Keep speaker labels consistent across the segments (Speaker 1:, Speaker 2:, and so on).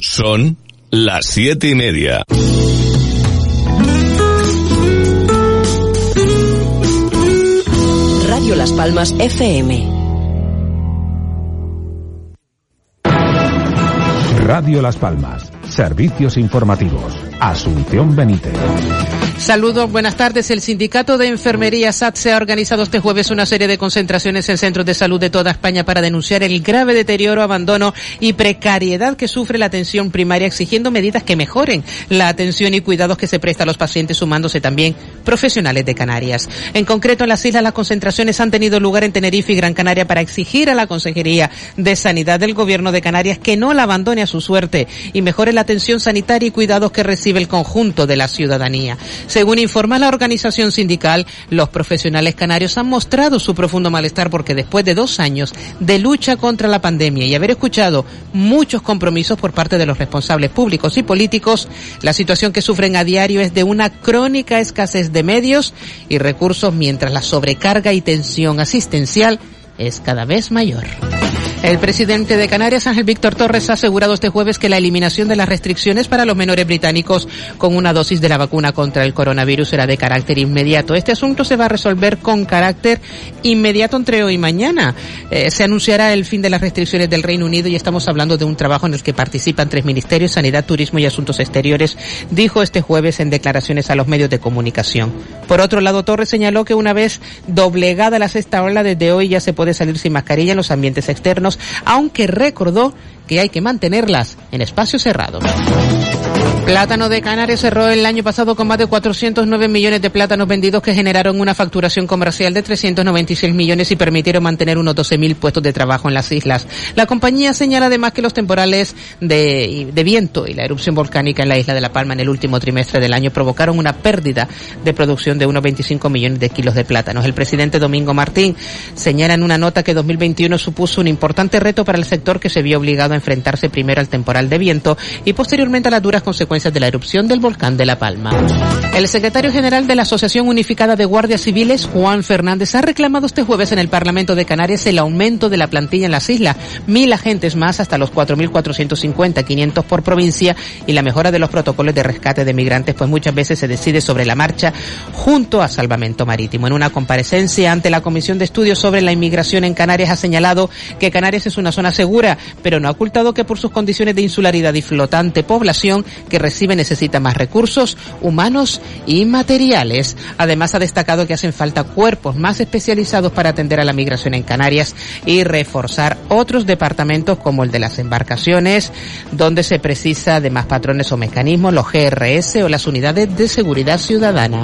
Speaker 1: Son las siete y media.
Speaker 2: Radio Las Palmas FM.
Speaker 3: Radio Las Palmas. Servicios informativos. Asunción Benítez.
Speaker 4: Saludos, buenas tardes. El Sindicato de Enfermería SATSE ha organizado este jueves una serie de concentraciones en centros de salud de toda España para denunciar el grave deterioro, abandono y precariedad que sufre la atención primaria, exigiendo medidas que mejoren la atención y cuidados que se presta a los pacientes, sumándose también profesionales de Canarias. En concreto, en las islas las concentraciones han tenido lugar en Tenerife y Gran Canaria para exigir a la Consejería de Sanidad del Gobierno de Canarias que no la abandone a su suerte y mejore la atención sanitaria y cuidados que recibe el conjunto de la ciudadanía. Según informa la organización sindical, los profesionales canarios han mostrado su profundo malestar porque después de dos años de lucha contra la pandemia y haber escuchado muchos compromisos por parte de los responsables públicos y políticos, la situación que sufren a diario es de una crónica escasez de medios y recursos mientras la sobrecarga y tensión asistencial es cada vez mayor. El presidente de Canarias, Ángel Víctor Torres, ha asegurado este jueves que la eliminación de las restricciones para los menores británicos con una dosis de la vacuna contra el coronavirus será de carácter inmediato. Este asunto se va a resolver con carácter inmediato entre hoy y mañana. Eh, se anunciará el fin de las restricciones del Reino Unido y estamos hablando de un trabajo en el que participan tres ministerios, Sanidad, Turismo y Asuntos Exteriores, dijo este jueves en declaraciones a los medios de comunicación. Por otro lado, Torres señaló que una vez doblegada la sexta ola, desde hoy ya se puede salir sin mascarilla en los ambientes externos aunque recordó que hay que mantenerlas en espacios cerrados. Plátano de Canarias cerró el año pasado con más de 409 millones de plátanos vendidos que generaron una facturación comercial de 396 millones y permitieron mantener unos 12.000 puestos de trabajo en las islas. La compañía señala además que los temporales de, de, viento y la erupción volcánica en la isla de La Palma en el último trimestre del año provocaron una pérdida de producción de unos 25 millones de kilos de plátanos. El presidente Domingo Martín señala en una nota que 2021 supuso un importante reto para el sector que se vio obligado a enfrentarse primero al temporal de viento y posteriormente a las duras consecuencias de la erupción del volcán de La Palma. El secretario general de la Asociación Unificada de Guardias Civiles, Juan Fernández, ha reclamado este jueves en el Parlamento de Canarias el aumento de la plantilla en las islas, mil agentes más hasta los 4.450, 500 por provincia y la mejora de los protocolos de rescate de migrantes, pues muchas veces se decide sobre la marcha junto a Salvamento Marítimo. En una comparecencia ante la Comisión de Estudios sobre la Inmigración en Canarias ha señalado que Canarias es una zona segura, pero no ha ocultado que por sus condiciones de insularidad y flotante población que recibe necesita más recursos humanos y materiales. Además, ha destacado que hacen falta cuerpos más especializados para atender a la migración en Canarias y reforzar otros departamentos como el de las embarcaciones, donde se precisa de más patrones o mecanismos, los GRS o las unidades de seguridad ciudadana.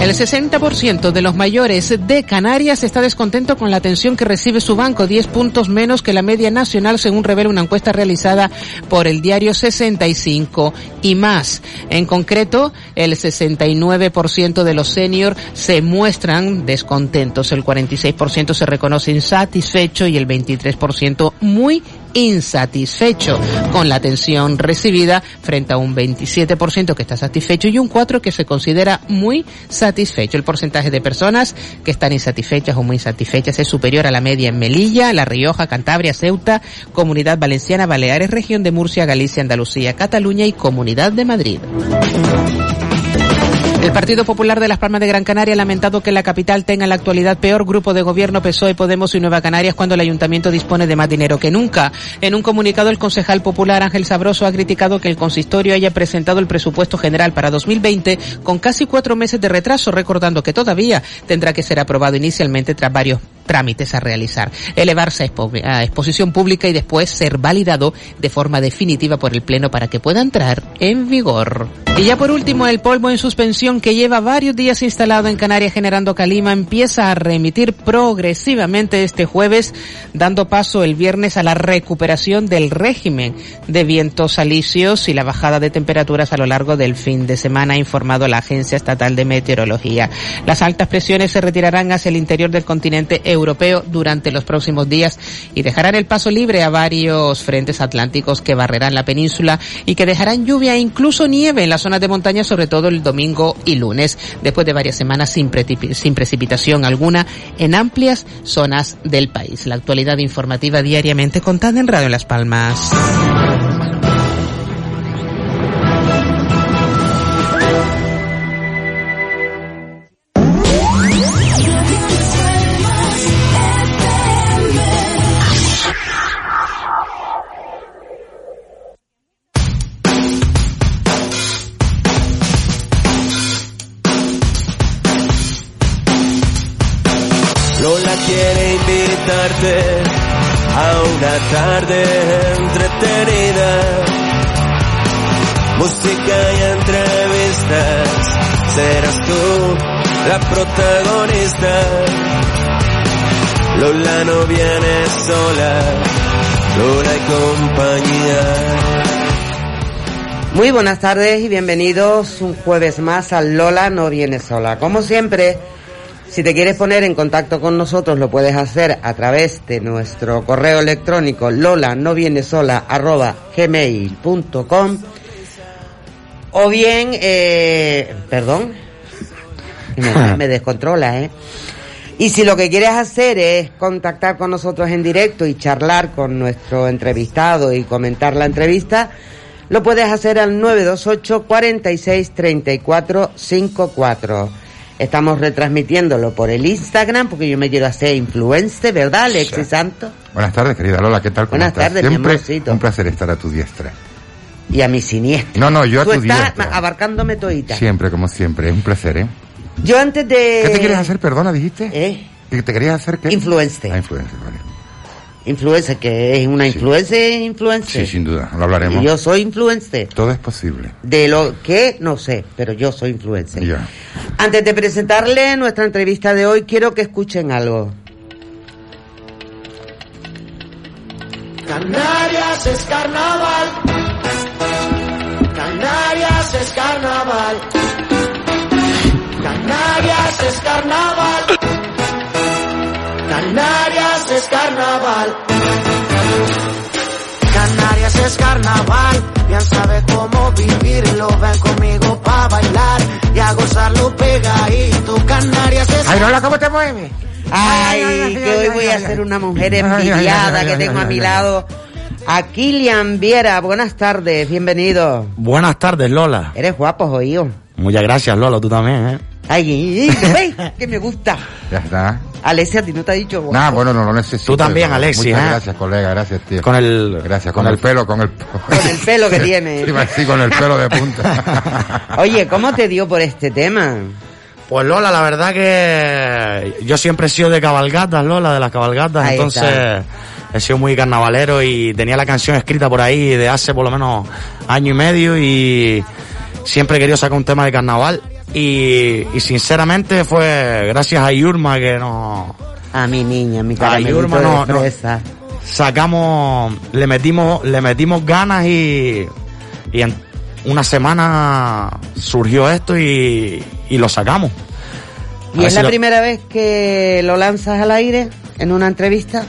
Speaker 4: El 60% de los mayores de Canarias está descontento con la atención que recibe su banco, 10 puntos menos que la media nacional, según revela una encuesta realizada por el diario 65 y y más. En concreto, el 69% de los senior se muestran descontentos, el 46% se reconoce insatisfecho y el 23% muy insatisfecho con la atención recibida frente a un 27% que está satisfecho y un 4% que se considera muy satisfecho. El porcentaje de personas que están insatisfechas o muy insatisfechas es superior a la media en Melilla, La Rioja, Cantabria, Ceuta, Comunidad Valenciana, Baleares, Región de Murcia, Galicia, Andalucía, Cataluña y Comunidad de Madrid. El Partido Popular de Las Palmas de Gran Canaria ha lamentado que la capital tenga en la actualidad peor grupo de gobierno PSOE, E, Podemos y Nueva Canarias cuando el ayuntamiento dispone de más dinero que nunca. En un comunicado, el concejal popular Ángel Sabroso ha criticado que el consistorio haya presentado el presupuesto general para 2020 con casi cuatro meses de retraso, recordando que todavía tendrá que ser aprobado inicialmente tras varios trámites a realizar, elevarse a, expo a, exposición pública y después ser validado de forma definitiva por el Pleno para que pueda entrar en vigor. Y ya por último, el polvo en suspensión que lleva varios días instalado en Canarias generando calima empieza a remitir progresivamente este jueves, dando paso el viernes a la recuperación del régimen de vientos alisios y la bajada de temperaturas a lo largo del fin de semana, ha informado la Agencia Estatal de Meteorología. Las altas presiones se retirarán hacia el interior del continente europeo durante los próximos días y dejarán el paso libre a varios frentes atlánticos que barrerán la península y que dejarán lluvia e incluso nieve en las zonas de montaña, sobre todo el domingo y lunes, después de varias semanas sin, sin precipitación alguna en amplias zonas del país. La actualidad informativa diariamente contada en Radio Las Palmas.
Speaker 5: a una tarde entretenida. Música y entrevistas, serás tú la protagonista. Lola no viene sola, Lola y compañía.
Speaker 6: Muy buenas tardes y bienvenidos un jueves más a Lola no viene sola. Como siempre, si te quieres poner en contacto con nosotros, lo puedes hacer a través de nuestro correo electrónico lola no viene sola arroba gmail.com o bien, eh, perdón, me, me descontrola, ¿eh? Y si lo que quieres hacer es contactar con nosotros en directo y charlar con nuestro entrevistado y comentar la entrevista, lo puedes hacer al 928 46 34 54. Estamos retransmitiéndolo por el Instagram porque yo me quiero hacer influencer, ¿verdad, Alexis Santos?
Speaker 7: Buenas tardes, querida Lola, ¿qué tal?
Speaker 6: ¿Cómo Buenas
Speaker 7: estás?
Speaker 6: tardes,
Speaker 7: Siempre
Speaker 6: mi amorcito.
Speaker 7: un placer estar a tu diestra.
Speaker 6: Y a mi siniestra.
Speaker 7: No, no, yo a
Speaker 6: Tú
Speaker 7: tu
Speaker 6: estás
Speaker 7: diestra.
Speaker 6: abarcándome todita.
Speaker 7: Siempre, como siempre, es un placer, ¿eh?
Speaker 6: Yo antes de...
Speaker 7: ¿Qué te quieres hacer? Perdona, dijiste.
Speaker 6: ¿Eh?
Speaker 7: ¿Qué te querías hacer? ¿Qué?
Speaker 6: Influencer.
Speaker 7: Ah, influencer, vale.
Speaker 6: Influencer, que es una influencer, influencer.
Speaker 7: Sí, sin duda, lo hablaremos.
Speaker 6: Y yo soy influencer.
Speaker 7: Todo es posible.
Speaker 6: De lo que no sé, pero yo soy influencer.
Speaker 7: Ya.
Speaker 6: Antes de presentarle nuestra entrevista de hoy, quiero que escuchen algo.
Speaker 8: Canarias es carnaval. Canarias es carnaval. Canarias es carnaval. Canarias es carnaval. Canarias es carnaval, ya sabe cómo vivirlo, ven conmigo pa' bailar y a gozarlo pegadito. Canarias es
Speaker 7: Ay, Lola, ¿cómo te mueves?
Speaker 6: Ay, que hoy voy a
Speaker 7: ay,
Speaker 6: ser
Speaker 7: ay.
Speaker 6: una mujer
Speaker 7: Ay, ay, ay,
Speaker 6: envidiada
Speaker 7: ay,
Speaker 6: que
Speaker 7: ay,
Speaker 6: tengo
Speaker 7: ay,
Speaker 6: a mi
Speaker 7: ay,
Speaker 6: lado. A Kilian Viera, buenas tardes, bienvenido.
Speaker 9: Buenas tardes, Lola.
Speaker 6: Eres guapo, jodido.
Speaker 9: Muchas gracias, Lola, tú también, ¿eh?
Speaker 6: Ay, ¿lo ves? que me gusta.
Speaker 7: Ya está.
Speaker 6: Alexia, a ti no te ha dicho guapo.
Speaker 7: Nada, bueno, no lo necesito.
Speaker 9: Tú también,
Speaker 7: Lola.
Speaker 9: Alexis,
Speaker 7: Muchas
Speaker 9: ¿eh?
Speaker 7: gracias, colega, gracias, tío.
Speaker 9: Con el...
Speaker 7: Gracias, con, el, pelo, con el... Con
Speaker 6: el pelo que tiene.
Speaker 7: Sí, con el pelo de punta.
Speaker 6: Oye, ¿cómo te dio por este tema?
Speaker 9: Pues Lola, la verdad que yo siempre he sido de cabalgatas, Lola, de las cabalgatas,
Speaker 6: Ahí
Speaker 9: entonces
Speaker 6: está.
Speaker 9: he sido muy carnavalero y tenía la canción escrita por ahí de hace por lo menos año y medio y siempre he querido sacar un tema de carnaval y, y sinceramente fue gracias a Yurma que nos
Speaker 6: A mi niña, mi caramelito
Speaker 9: Yurma, no,
Speaker 6: de
Speaker 9: no.
Speaker 6: fresa.
Speaker 9: sacamos, le metimos, le metimos ganas y, y en una semana surgió esto y, y lo sacamos. A
Speaker 6: ¿Y
Speaker 9: ver
Speaker 6: es
Speaker 9: si
Speaker 6: la
Speaker 9: lo-
Speaker 6: primera vez que lo lanzas al aire en una entrevista?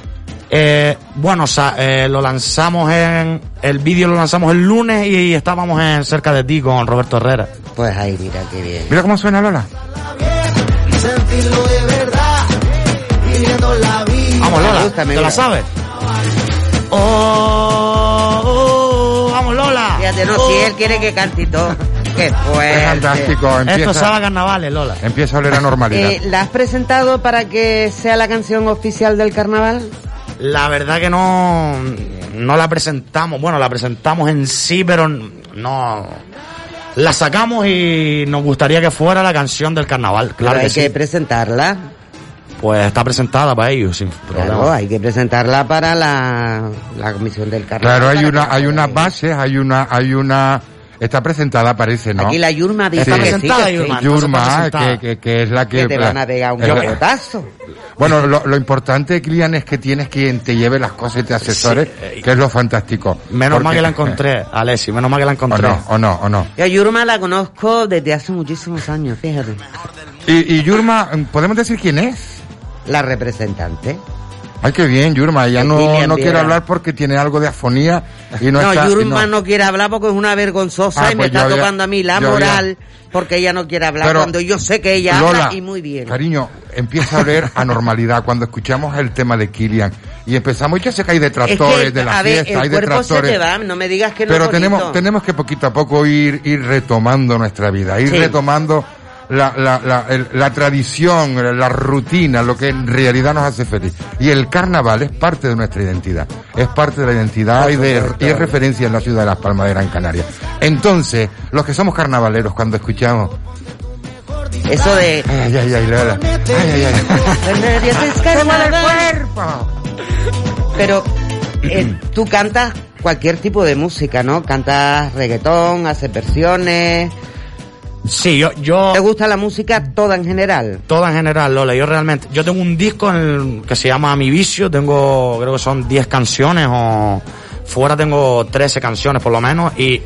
Speaker 9: Eh, bueno, sa- eh, lo lanzamos en, el vídeo lo lanzamos el lunes y estábamos en cerca de ti con Roberto Herrera.
Speaker 6: Pues ahí, mira, qué bien.
Speaker 7: Mira cómo suena Lola.
Speaker 8: sentirlo de verdad, viviendo la vida.
Speaker 9: Vamos Lola,
Speaker 6: Me gusta, me
Speaker 9: ¿te la
Speaker 6: gusta.
Speaker 9: sabes? Oh, oh, oh, vamos Lola.
Speaker 6: Fíjate, no,
Speaker 9: Oh,
Speaker 6: si él quiere que cante y todo. ¡Qué
Speaker 7: Es
Speaker 6: fuerte!
Speaker 7: fantástico.
Speaker 9: Esto
Speaker 7: Empieza,
Speaker 9: sabe a carnavales, Lola.
Speaker 7: empieza a oler a normalidad.
Speaker 6: Eh, ¿La has presentado para que sea la canción oficial del carnaval?
Speaker 9: La verdad que no, no la presentamos. Bueno, la presentamos en sí, pero no. La sacamos y nos gustaría que fuera la canción del carnaval. Claro
Speaker 6: Pero
Speaker 9: que
Speaker 6: hay
Speaker 9: sí.
Speaker 6: que presentarla.
Speaker 9: pues está presentada para ellos sin problema.
Speaker 6: Claro, hay que presentarla para la, la comisión del carnaval.
Speaker 7: Claro, hay
Speaker 6: para
Speaker 7: una,
Speaker 6: que-
Speaker 7: hay unas bases, hay una, hay una, está presentada parece, ¿no?
Speaker 6: Aquí la Yurma dice
Speaker 7: Está
Speaker 6: que sí,
Speaker 9: presentada,
Speaker 6: que sí,
Speaker 9: Yurma.
Speaker 7: Yurma,
Speaker 9: está presentada.
Speaker 7: que, que- que es la que...
Speaker 6: que te van a pegar un
Speaker 7: es la-
Speaker 6: capotazo.
Speaker 7: Bueno, lo, lo importante, Clian, es que tienes quien te lleve las cosas y te asesores,
Speaker 9: Sí, eh,
Speaker 7: que es lo fantástico.
Speaker 9: Menos
Speaker 7: Porque-
Speaker 9: mal que la encontré, Alessi, menos mal que la
Speaker 7: O
Speaker 9: encontré.
Speaker 7: no, o no, o no.
Speaker 6: Yo a Yurma la conozco desde hace muchísimos años, fíjate.
Speaker 7: Y, y Yurma, ¿podemos decir quién es?
Speaker 6: La representante.
Speaker 7: Ay, qué bien, Yurma. Ella
Speaker 6: Es
Speaker 7: no,
Speaker 6: Lilian
Speaker 7: no quiere
Speaker 6: Viera.
Speaker 7: hablar porque tiene algo de afonía y no,
Speaker 6: No,
Speaker 7: está... y
Speaker 6: Yurma
Speaker 7: no-
Speaker 6: no quiere hablar porque es una vergonzosa
Speaker 7: Ah,
Speaker 6: y me
Speaker 7: pues
Speaker 6: está
Speaker 7: yo había-
Speaker 6: tocando a mí la
Speaker 7: yo había-
Speaker 6: moral porque ella no quiere hablar
Speaker 7: Pero,
Speaker 6: cuando yo sé que ella
Speaker 7: Lola,
Speaker 6: habla y muy bien.
Speaker 7: Cariño, empieza a ver anormalidad cuando escuchamos el tema de Kilian y empezamos, yo sé que hay
Speaker 6: Es
Speaker 7: detractores
Speaker 6: que,
Speaker 7: de la
Speaker 6: a ver,
Speaker 7: fiesta, hay
Speaker 6: el cuerpo se
Speaker 7: detractores.
Speaker 6: te va, no me digas que no
Speaker 7: pero
Speaker 6: es
Speaker 7: tenemos
Speaker 6: bonito.
Speaker 7: tenemos que poquito a poco ir ir retomando nuestra vida ir
Speaker 6: Sí.
Speaker 7: retomando la, la, la, el- la tradición la rutina lo que en realidad nos hace feliz y el carnaval es parte de nuestra identidad es parte de la identidad y, de, y es referencia en la ciudad de Las Palmas de Gran Canaria entonces los que somos carnavaleros cuando escuchamos
Speaker 6: Eso de...
Speaker 7: ay ay ay Lola, ay ay ay
Speaker 6: Pues Se mueve el cuerpo.
Speaker 7: Cuerpo.
Speaker 6: Pero eh, tú cantas cualquier tipo de música, ¿no? Cantas reggaetón, haces versiones.
Speaker 9: Sí, yo, yo
Speaker 6: ¿Te gusta la música toda en general?
Speaker 9: toda en general, Lola, yo realmente, yo tengo un disco en el que se llama Mi Vicio, tengo, creo que son 10 canciones o fuera tengo 13 canciones por lo menos y,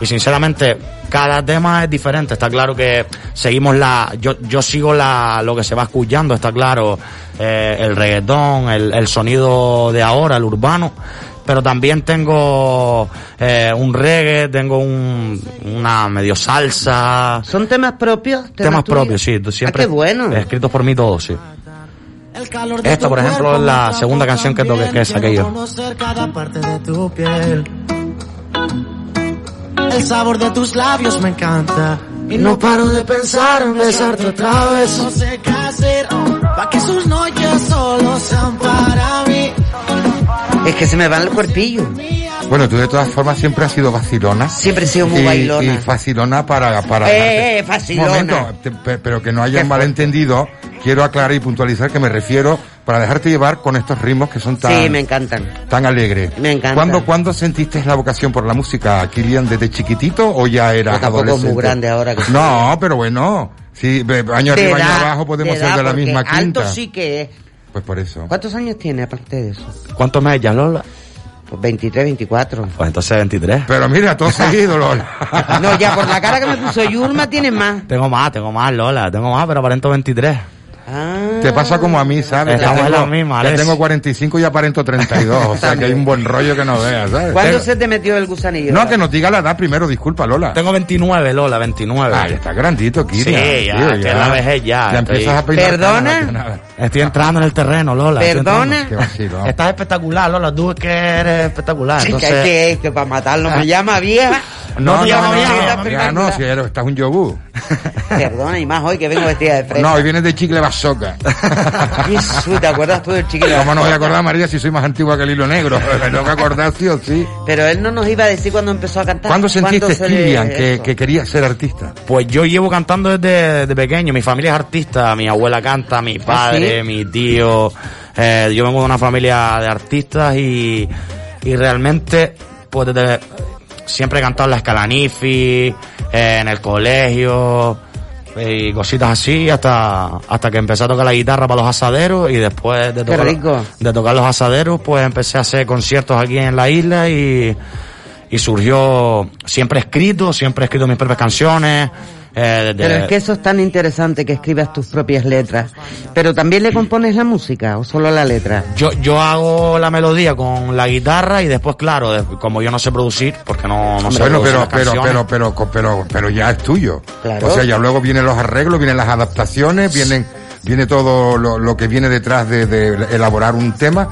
Speaker 9: y sinceramente cada tema es diferente, está claro que seguimos la, yo, yo sigo la, lo que se va escuchando, está claro, eh, el reggaetón, el, el sonido de ahora, el urbano, pero también tengo eh, un reggae, tengo un, una medio salsa,
Speaker 6: ¿Son temas propios?
Speaker 9: temas
Speaker 6: tuyos?
Speaker 9: propios, sí. tú Siempre
Speaker 6: Ah, qué bueno.
Speaker 9: Escritos por mí todos, sí.
Speaker 5: Esta, por ejemplo, es la segunda canción que toqué, que es aquello.
Speaker 8: El sabor de tus labios me encanta. Y no paro de pensar en besarte otra vez. No sé qué hacer para que sus noches solo sean para mí.
Speaker 6: Es que se me va el cuerpillo.
Speaker 7: bueno tú de todas formas siempre has sido vacilona
Speaker 6: Siempre he sido muy
Speaker 7: y,
Speaker 6: bailona.
Speaker 7: y facilona para... para
Speaker 6: Eh,
Speaker 7: darte-
Speaker 6: eh, facilona.
Speaker 7: Un momento, te- pe- pero que no haya
Speaker 6: Qué
Speaker 7: un
Speaker 6: fuerte.
Speaker 7: malentendido, quiero aclarar y puntualizar que me refiero para dejarte llevar con estos ritmos que son tan...
Speaker 6: Sí, me encantan.
Speaker 7: Tan alegres.
Speaker 6: Me encantan.
Speaker 7: ¿Cuándo, ¿Cuándo sentiste la vocación por la música, Kilian, desde chiquitito o ya eras
Speaker 6: Yo tampoco
Speaker 7: adolescente?
Speaker 6: muy grande ahora que soy.
Speaker 7: No, pero bueno, sí, be- año
Speaker 6: De
Speaker 7: arriba, año
Speaker 6: edad,
Speaker 7: abajo podemos
Speaker 6: de
Speaker 7: ser
Speaker 6: edad,
Speaker 7: de la
Speaker 6: porque
Speaker 7: misma quinta.
Speaker 6: Alto sí que es.
Speaker 7: Pues por eso.
Speaker 6: ¿Cuántos años tiene aparte de eso?
Speaker 9: ¿Cuántos me ya, Lola?
Speaker 6: Pues 23, 24.
Speaker 9: Pues entonces 23.
Speaker 7: Pero mira, todo seguido, Lola.
Speaker 6: No, ya por la cara que me puso Yurma tienes más.
Speaker 9: Tengo más, tengo más, Ah, Lola. Tengo más, pero aparento 23.
Speaker 6: Ah.
Speaker 7: Te pasa como a mí, ¿sabes?
Speaker 9: Estamos
Speaker 7: Ya
Speaker 9: en la
Speaker 7: tengo-
Speaker 9: misma,
Speaker 7: ya
Speaker 9: Alex.
Speaker 7: tengo 45 y aparento 32. o sea que hay un buen rollo que no veas, ¿sabes?
Speaker 6: ¿Cuándo
Speaker 7: Tengo-
Speaker 6: se te metió el gusanillo?
Speaker 7: No, que nos diga la edad primero, disculpa, Lola.
Speaker 9: Tengo 29, Lola, 29.
Speaker 7: Ay, está grandito, Kira.
Speaker 9: Sí, ya, que la vejez ya, estoy-
Speaker 7: Ya empiezas a peinar.
Speaker 6: ¿Perdona?
Speaker 7: canas, que nada.
Speaker 9: Estoy entrando en el terreno, Lola. estoy
Speaker 6: ¿Perdona?
Speaker 9: entrando.
Speaker 7: Qué vacilón.
Speaker 9: Estás espectacular, Lola. Tú es que eres espectacular.
Speaker 6: Sí,
Speaker 9: Entonces,
Speaker 6: que, que es que para matarlo me llama vieja.
Speaker 9: No,
Speaker 7: No, no,
Speaker 9: ya
Speaker 7: no,
Speaker 9: no, ya
Speaker 7: no,
Speaker 9: no,
Speaker 7: no, ya
Speaker 6: ya
Speaker 7: no,
Speaker 6: no.
Speaker 7: si eres- estás un yogur.
Speaker 6: Perdona, y más hoy que vengo vestida de fresa.
Speaker 7: No, hoy vienes de chicle basoca.
Speaker 6: Jesús, ¿te acuerdas tú del chiquillo?
Speaker 7: ¿Cómo no voy a acordar, María, si soy más antigua que el hilo negro? Me tengo que acordar sí o sí.
Speaker 6: Pero él no nos iba a decir cuando empezó a cantar.
Speaker 7: ¿Cuándo sentiste,
Speaker 6: se le-
Speaker 7: Kilian, que,
Speaker 6: eso?
Speaker 7: que querías ser artista?
Speaker 9: Pues yo llevo cantando desde, desde pequeño. Mi familia es artista, mi abuela canta,
Speaker 6: ¿Ah,
Speaker 9: mi padre, mi tío. Eh, yo vengo de una familia de artistas y, y realmente, pues desde- siempre he cantado en la escalanifi, eh, en el colegio eh, y cositas así hasta hasta que empecé a tocar la guitarra para los asaderos y después de tocar,
Speaker 6: rico.
Speaker 9: de tocar los asaderos pues empecé a hacer conciertos aquí en la isla y y surgió siempre escrito, siempre he escrito mis propias canciones. eh, desde-
Speaker 6: Pero es que eso es tan interesante que escribas tus propias letras. Pero también le compones la música o solo la letra.
Speaker 9: yo, yo hago la melodía con la guitarra y después, claro, de- como yo no sé producir, porque no, no sé
Speaker 7: bueno,
Speaker 9: producir
Speaker 7: pero
Speaker 9: las
Speaker 7: pero,
Speaker 9: canciones,
Speaker 7: pero, pero, co- pero, pero ya es tuyo.
Speaker 6: Claro.
Speaker 7: O sea, ya luego vienen los arreglos, vienen las adaptaciones, vienen, viene todo lo, lo que viene detrás de, de elaborar un tema,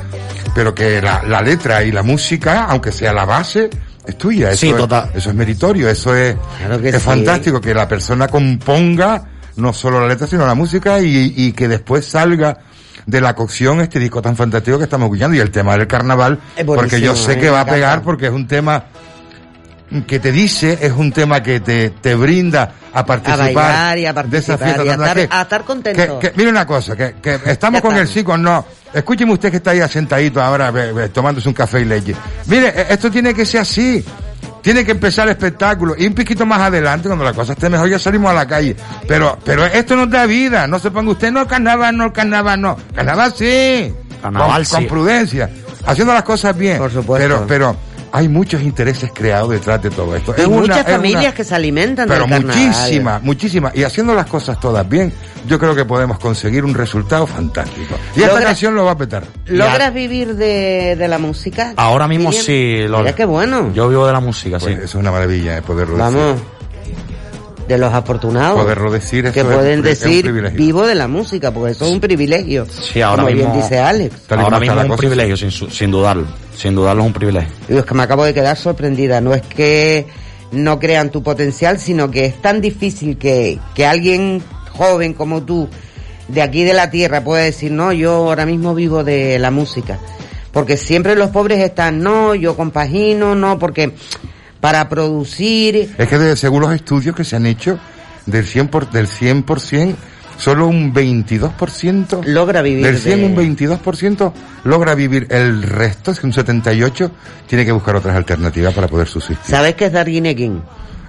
Speaker 7: pero que la, la letra y la música, aunque sea la base, es tuya. Eso,
Speaker 9: Sí,
Speaker 7: es,
Speaker 9: total.
Speaker 7: eso es meritorio, eso es,
Speaker 6: Claro que
Speaker 7: es
Speaker 6: sí.
Speaker 7: fantástico que la persona componga no solo la letra, sino la música y, y que después salga de la cocción este disco tan fantástico que estamos escuchando y el tema del carnaval,
Speaker 6: Es
Speaker 7: porque yo
Speaker 6: buenísimo,
Speaker 7: sé
Speaker 6: a mí
Speaker 7: que
Speaker 6: me
Speaker 7: va a
Speaker 6: encanta.
Speaker 7: pegar porque es un tema que te dice, es un tema que te, te brinda a participar
Speaker 6: bailar y a
Speaker 7: de esa
Speaker 6: participar
Speaker 7: fiesta.
Speaker 6: y a
Speaker 7: tan-
Speaker 6: estar-
Speaker 7: que-
Speaker 6: a estar contento.
Speaker 7: Que, que- mire una cosa, que, que estamos con el sí, con no. Escúcheme usted que está ahí asentadito ahora be- be- tomándose un café y leche. Mire, e- esto tiene que ser así. Tiene que empezar el espectáculo y un piquito más adelante, cuando la cosa esté mejor, ya salimos a la calle. Pero, pero esto nos da vida. No se ponga usted, no, carnaval, no, carnaval, no. Carnaval sí.
Speaker 9: Carnaval
Speaker 7: con, con
Speaker 9: sí.
Speaker 7: prudencia. Haciendo las cosas bien. Por
Speaker 6: supuesto.
Speaker 7: Pero, pero hay muchos intereses creados detrás de todo esto.
Speaker 6: Hay
Speaker 7: Es una-
Speaker 6: muchas
Speaker 7: es una-
Speaker 6: familias que se alimentan
Speaker 7: pero
Speaker 6: del carnaval.
Speaker 7: muchísimas, muchísimas. Y haciendo las cosas todas bien, yo creo que podemos conseguir un resultado fantástico. Y esta
Speaker 6: Logra-
Speaker 7: canción lo va a petar.
Speaker 6: ¿Logras vivir de, de la música?
Speaker 9: Ahora mismo
Speaker 6: Miriam?
Speaker 9: sí, Lola.
Speaker 6: Mira qué bueno.
Speaker 9: Yo vivo de la música,
Speaker 7: Pues
Speaker 9: sí.
Speaker 7: eso es una maravilla eh, poderlo
Speaker 6: Vamos.
Speaker 7: decir.
Speaker 6: De los afortunados.
Speaker 7: Poderlo decir esto
Speaker 6: que
Speaker 7: es un
Speaker 6: pueden
Speaker 7: pri- es un
Speaker 6: decir
Speaker 7: privilegio.
Speaker 6: vivo de la música, porque eso es un privilegio.
Speaker 9: Sí, ahora
Speaker 6: como
Speaker 9: mismo-
Speaker 6: bien dice Alex.
Speaker 7: Tal y como
Speaker 9: Ahora
Speaker 7: está
Speaker 9: mismo
Speaker 7: la
Speaker 9: es un
Speaker 7: cosa,
Speaker 9: privilegio, sin, su- sin dudarlo. Sin dudarlo es un privilegio.
Speaker 6: Y es que me acabo de quedar sorprendida. No es que no crean tu potencial, sino que es tan difícil que, que alguien joven como tú, de aquí de la tierra, pueda decir, no, yo ahora mismo vivo de la música. Porque siempre los pobres están, no, yo compagino, no, porque para producir...
Speaker 7: Es que de- según los estudios que se han hecho, del 100%, por- del 100% solo un 22%
Speaker 6: Logra vivir
Speaker 7: Del 100,
Speaker 6: de-
Speaker 7: un 22% logra vivir. El resto, es que un 78%, tiene que buscar otras alternativas para poder subsistir.
Speaker 6: ¿Sabes qué es Darguinequín?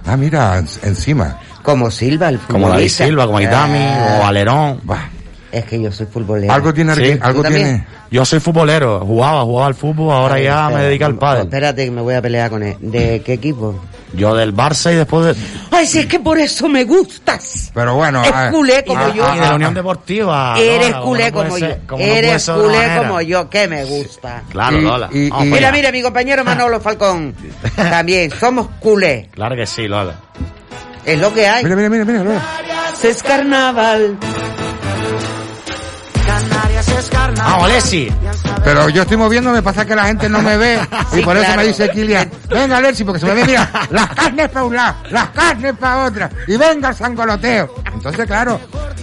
Speaker 7: Ah, mira, en- encima.
Speaker 6: Como Silva, el
Speaker 9: Como David
Speaker 6: futbolista.
Speaker 9: Silva, como Itami,
Speaker 6: Ah,
Speaker 9: como Valerón.
Speaker 7: Bah,
Speaker 6: Es que yo soy futbolero.
Speaker 7: algo tiene,
Speaker 9: Sí,
Speaker 7: Argen-
Speaker 9: ¿tú
Speaker 7: algo
Speaker 6: también?
Speaker 7: tiene.
Speaker 9: Yo soy futbolero, jugaba, jugaba al fútbol, ahora ya
Speaker 6: Espera,
Speaker 9: me dedico al
Speaker 6: no,
Speaker 9: pádel. Mm.
Speaker 6: Espérate que me voy a pelear con él. ¿De qué equipo?
Speaker 9: Yo del Barça y después de...
Speaker 6: Ay, si es que por eso me gustas.
Speaker 7: Pero bueno,
Speaker 6: Es
Speaker 7: ah,
Speaker 6: culé como
Speaker 9: y,
Speaker 6: yo.
Speaker 9: y de la Unión Deportiva.
Speaker 6: Eres
Speaker 9: Lola, pues.
Speaker 6: culé
Speaker 9: Ah, no puede
Speaker 6: como
Speaker 9: ser- como
Speaker 6: yo.
Speaker 9: no puede
Speaker 6: Eres
Speaker 9: ser de otra
Speaker 6: culé
Speaker 9: manera. Ah, pues
Speaker 6: como yo, que me gusta.
Speaker 9: Claro,
Speaker 7: Y-
Speaker 9: Lola. Vamos
Speaker 7: y- y-
Speaker 9: para
Speaker 6: Mira,
Speaker 9: allá.
Speaker 6: mira, mi compañero Manolo Falcón. También, somos culé.
Speaker 9: Claro que sí, Lola.
Speaker 6: Es lo que hay.
Speaker 7: Mira, mira, mira, mira, Lola.
Speaker 6: Es carnaval.
Speaker 8: Canarias es carnaval.
Speaker 6: Ah,
Speaker 9: Vamos, Lessi.
Speaker 7: Pero yo estoy moviéndome, pasa que la gente no me ve.
Speaker 6: Sí,
Speaker 7: y por eso
Speaker 6: claro.
Speaker 7: me dice Kilian, venga Lersi, porque se me ve, mira, las carnes para un lado, las carnes para otra. Y venga el sangoloteo. Entonces, claro,